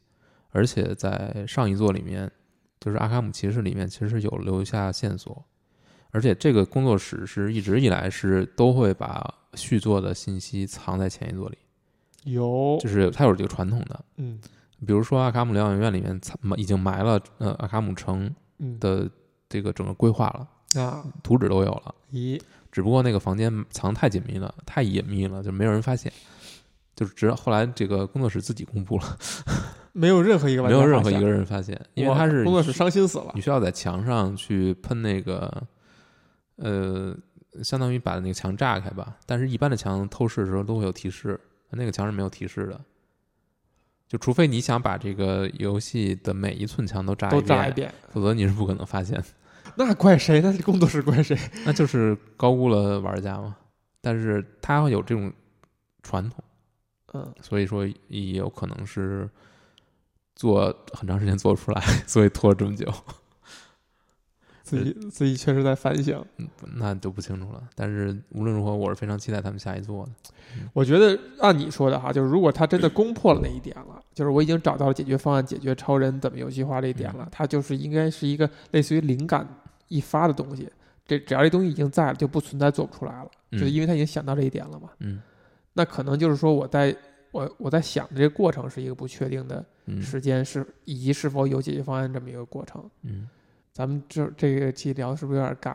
Speaker 2: 而且在上一作里面，就是《阿卡姆骑士》里面，其实有留下线索，而且这个工作室是一直以来是都会把续作的信息藏在前一作里，
Speaker 1: 有
Speaker 2: 就，是它有这个传统的。
Speaker 1: 嗯
Speaker 2: 比如说，《阿卡姆疗养院》里面藏已经埋了呃阿卡姆城
Speaker 1: 嗯，
Speaker 2: 的这个整个规划了，
Speaker 1: 啊，
Speaker 2: 图纸都有了。
Speaker 1: 咦，
Speaker 2: 只不过那个房间藏太紧密了，太隐秘了，就没有人发现。就是直到后来这个工作室自己公布了，
Speaker 1: 没有任何一个玩
Speaker 2: 没
Speaker 1: 家
Speaker 2: 有任何
Speaker 1: 发现
Speaker 2: 一个人发现，因为
Speaker 1: 哇
Speaker 2: 它是
Speaker 1: 工作室伤心死了
Speaker 2: 你，需要在墙上去喷那个，呃，相当于把那个墙炸开吧。但是一般的墙透视的时候都会有提示，那个墙是没有提示的。就除非你想把这个游戏的每一寸墙都炸
Speaker 1: 都炸一，遍，
Speaker 2: 否则你是不可能发现的。
Speaker 1: 那怪谁？那是工作室怪谁？
Speaker 2: 那就是高估了玩家嘛。但是他有这种传统，
Speaker 1: 嗯，
Speaker 2: 所以说也有可能是做很长时间做不出来， *laughs* 所以拖了这么久，
Speaker 1: 自己自己确实在反省。
Speaker 2: 嗯那就不清楚了。但是无论如何，我是非常期待他们下一座的。
Speaker 1: 我觉得按你说的哈，就是如果他真的攻破了那一点了，就是我已经找到了解决方案，解决超人怎么游戏化这一点了，它就是应该是一个类似于灵感一发的东西。这只要这东西已经在了，就不存在做不出来了，就是因
Speaker 2: 为
Speaker 1: 为他已经想到这一点了嘛。
Speaker 2: 嗯
Speaker 1: 那可能就是说我在我我在想的这个过程是一个不确定的
Speaker 2: 嗯
Speaker 1: 时间，是以及是否有解决方案这么一个过程。
Speaker 2: 嗯，
Speaker 1: 咱们这这个期聊是不是有点尬？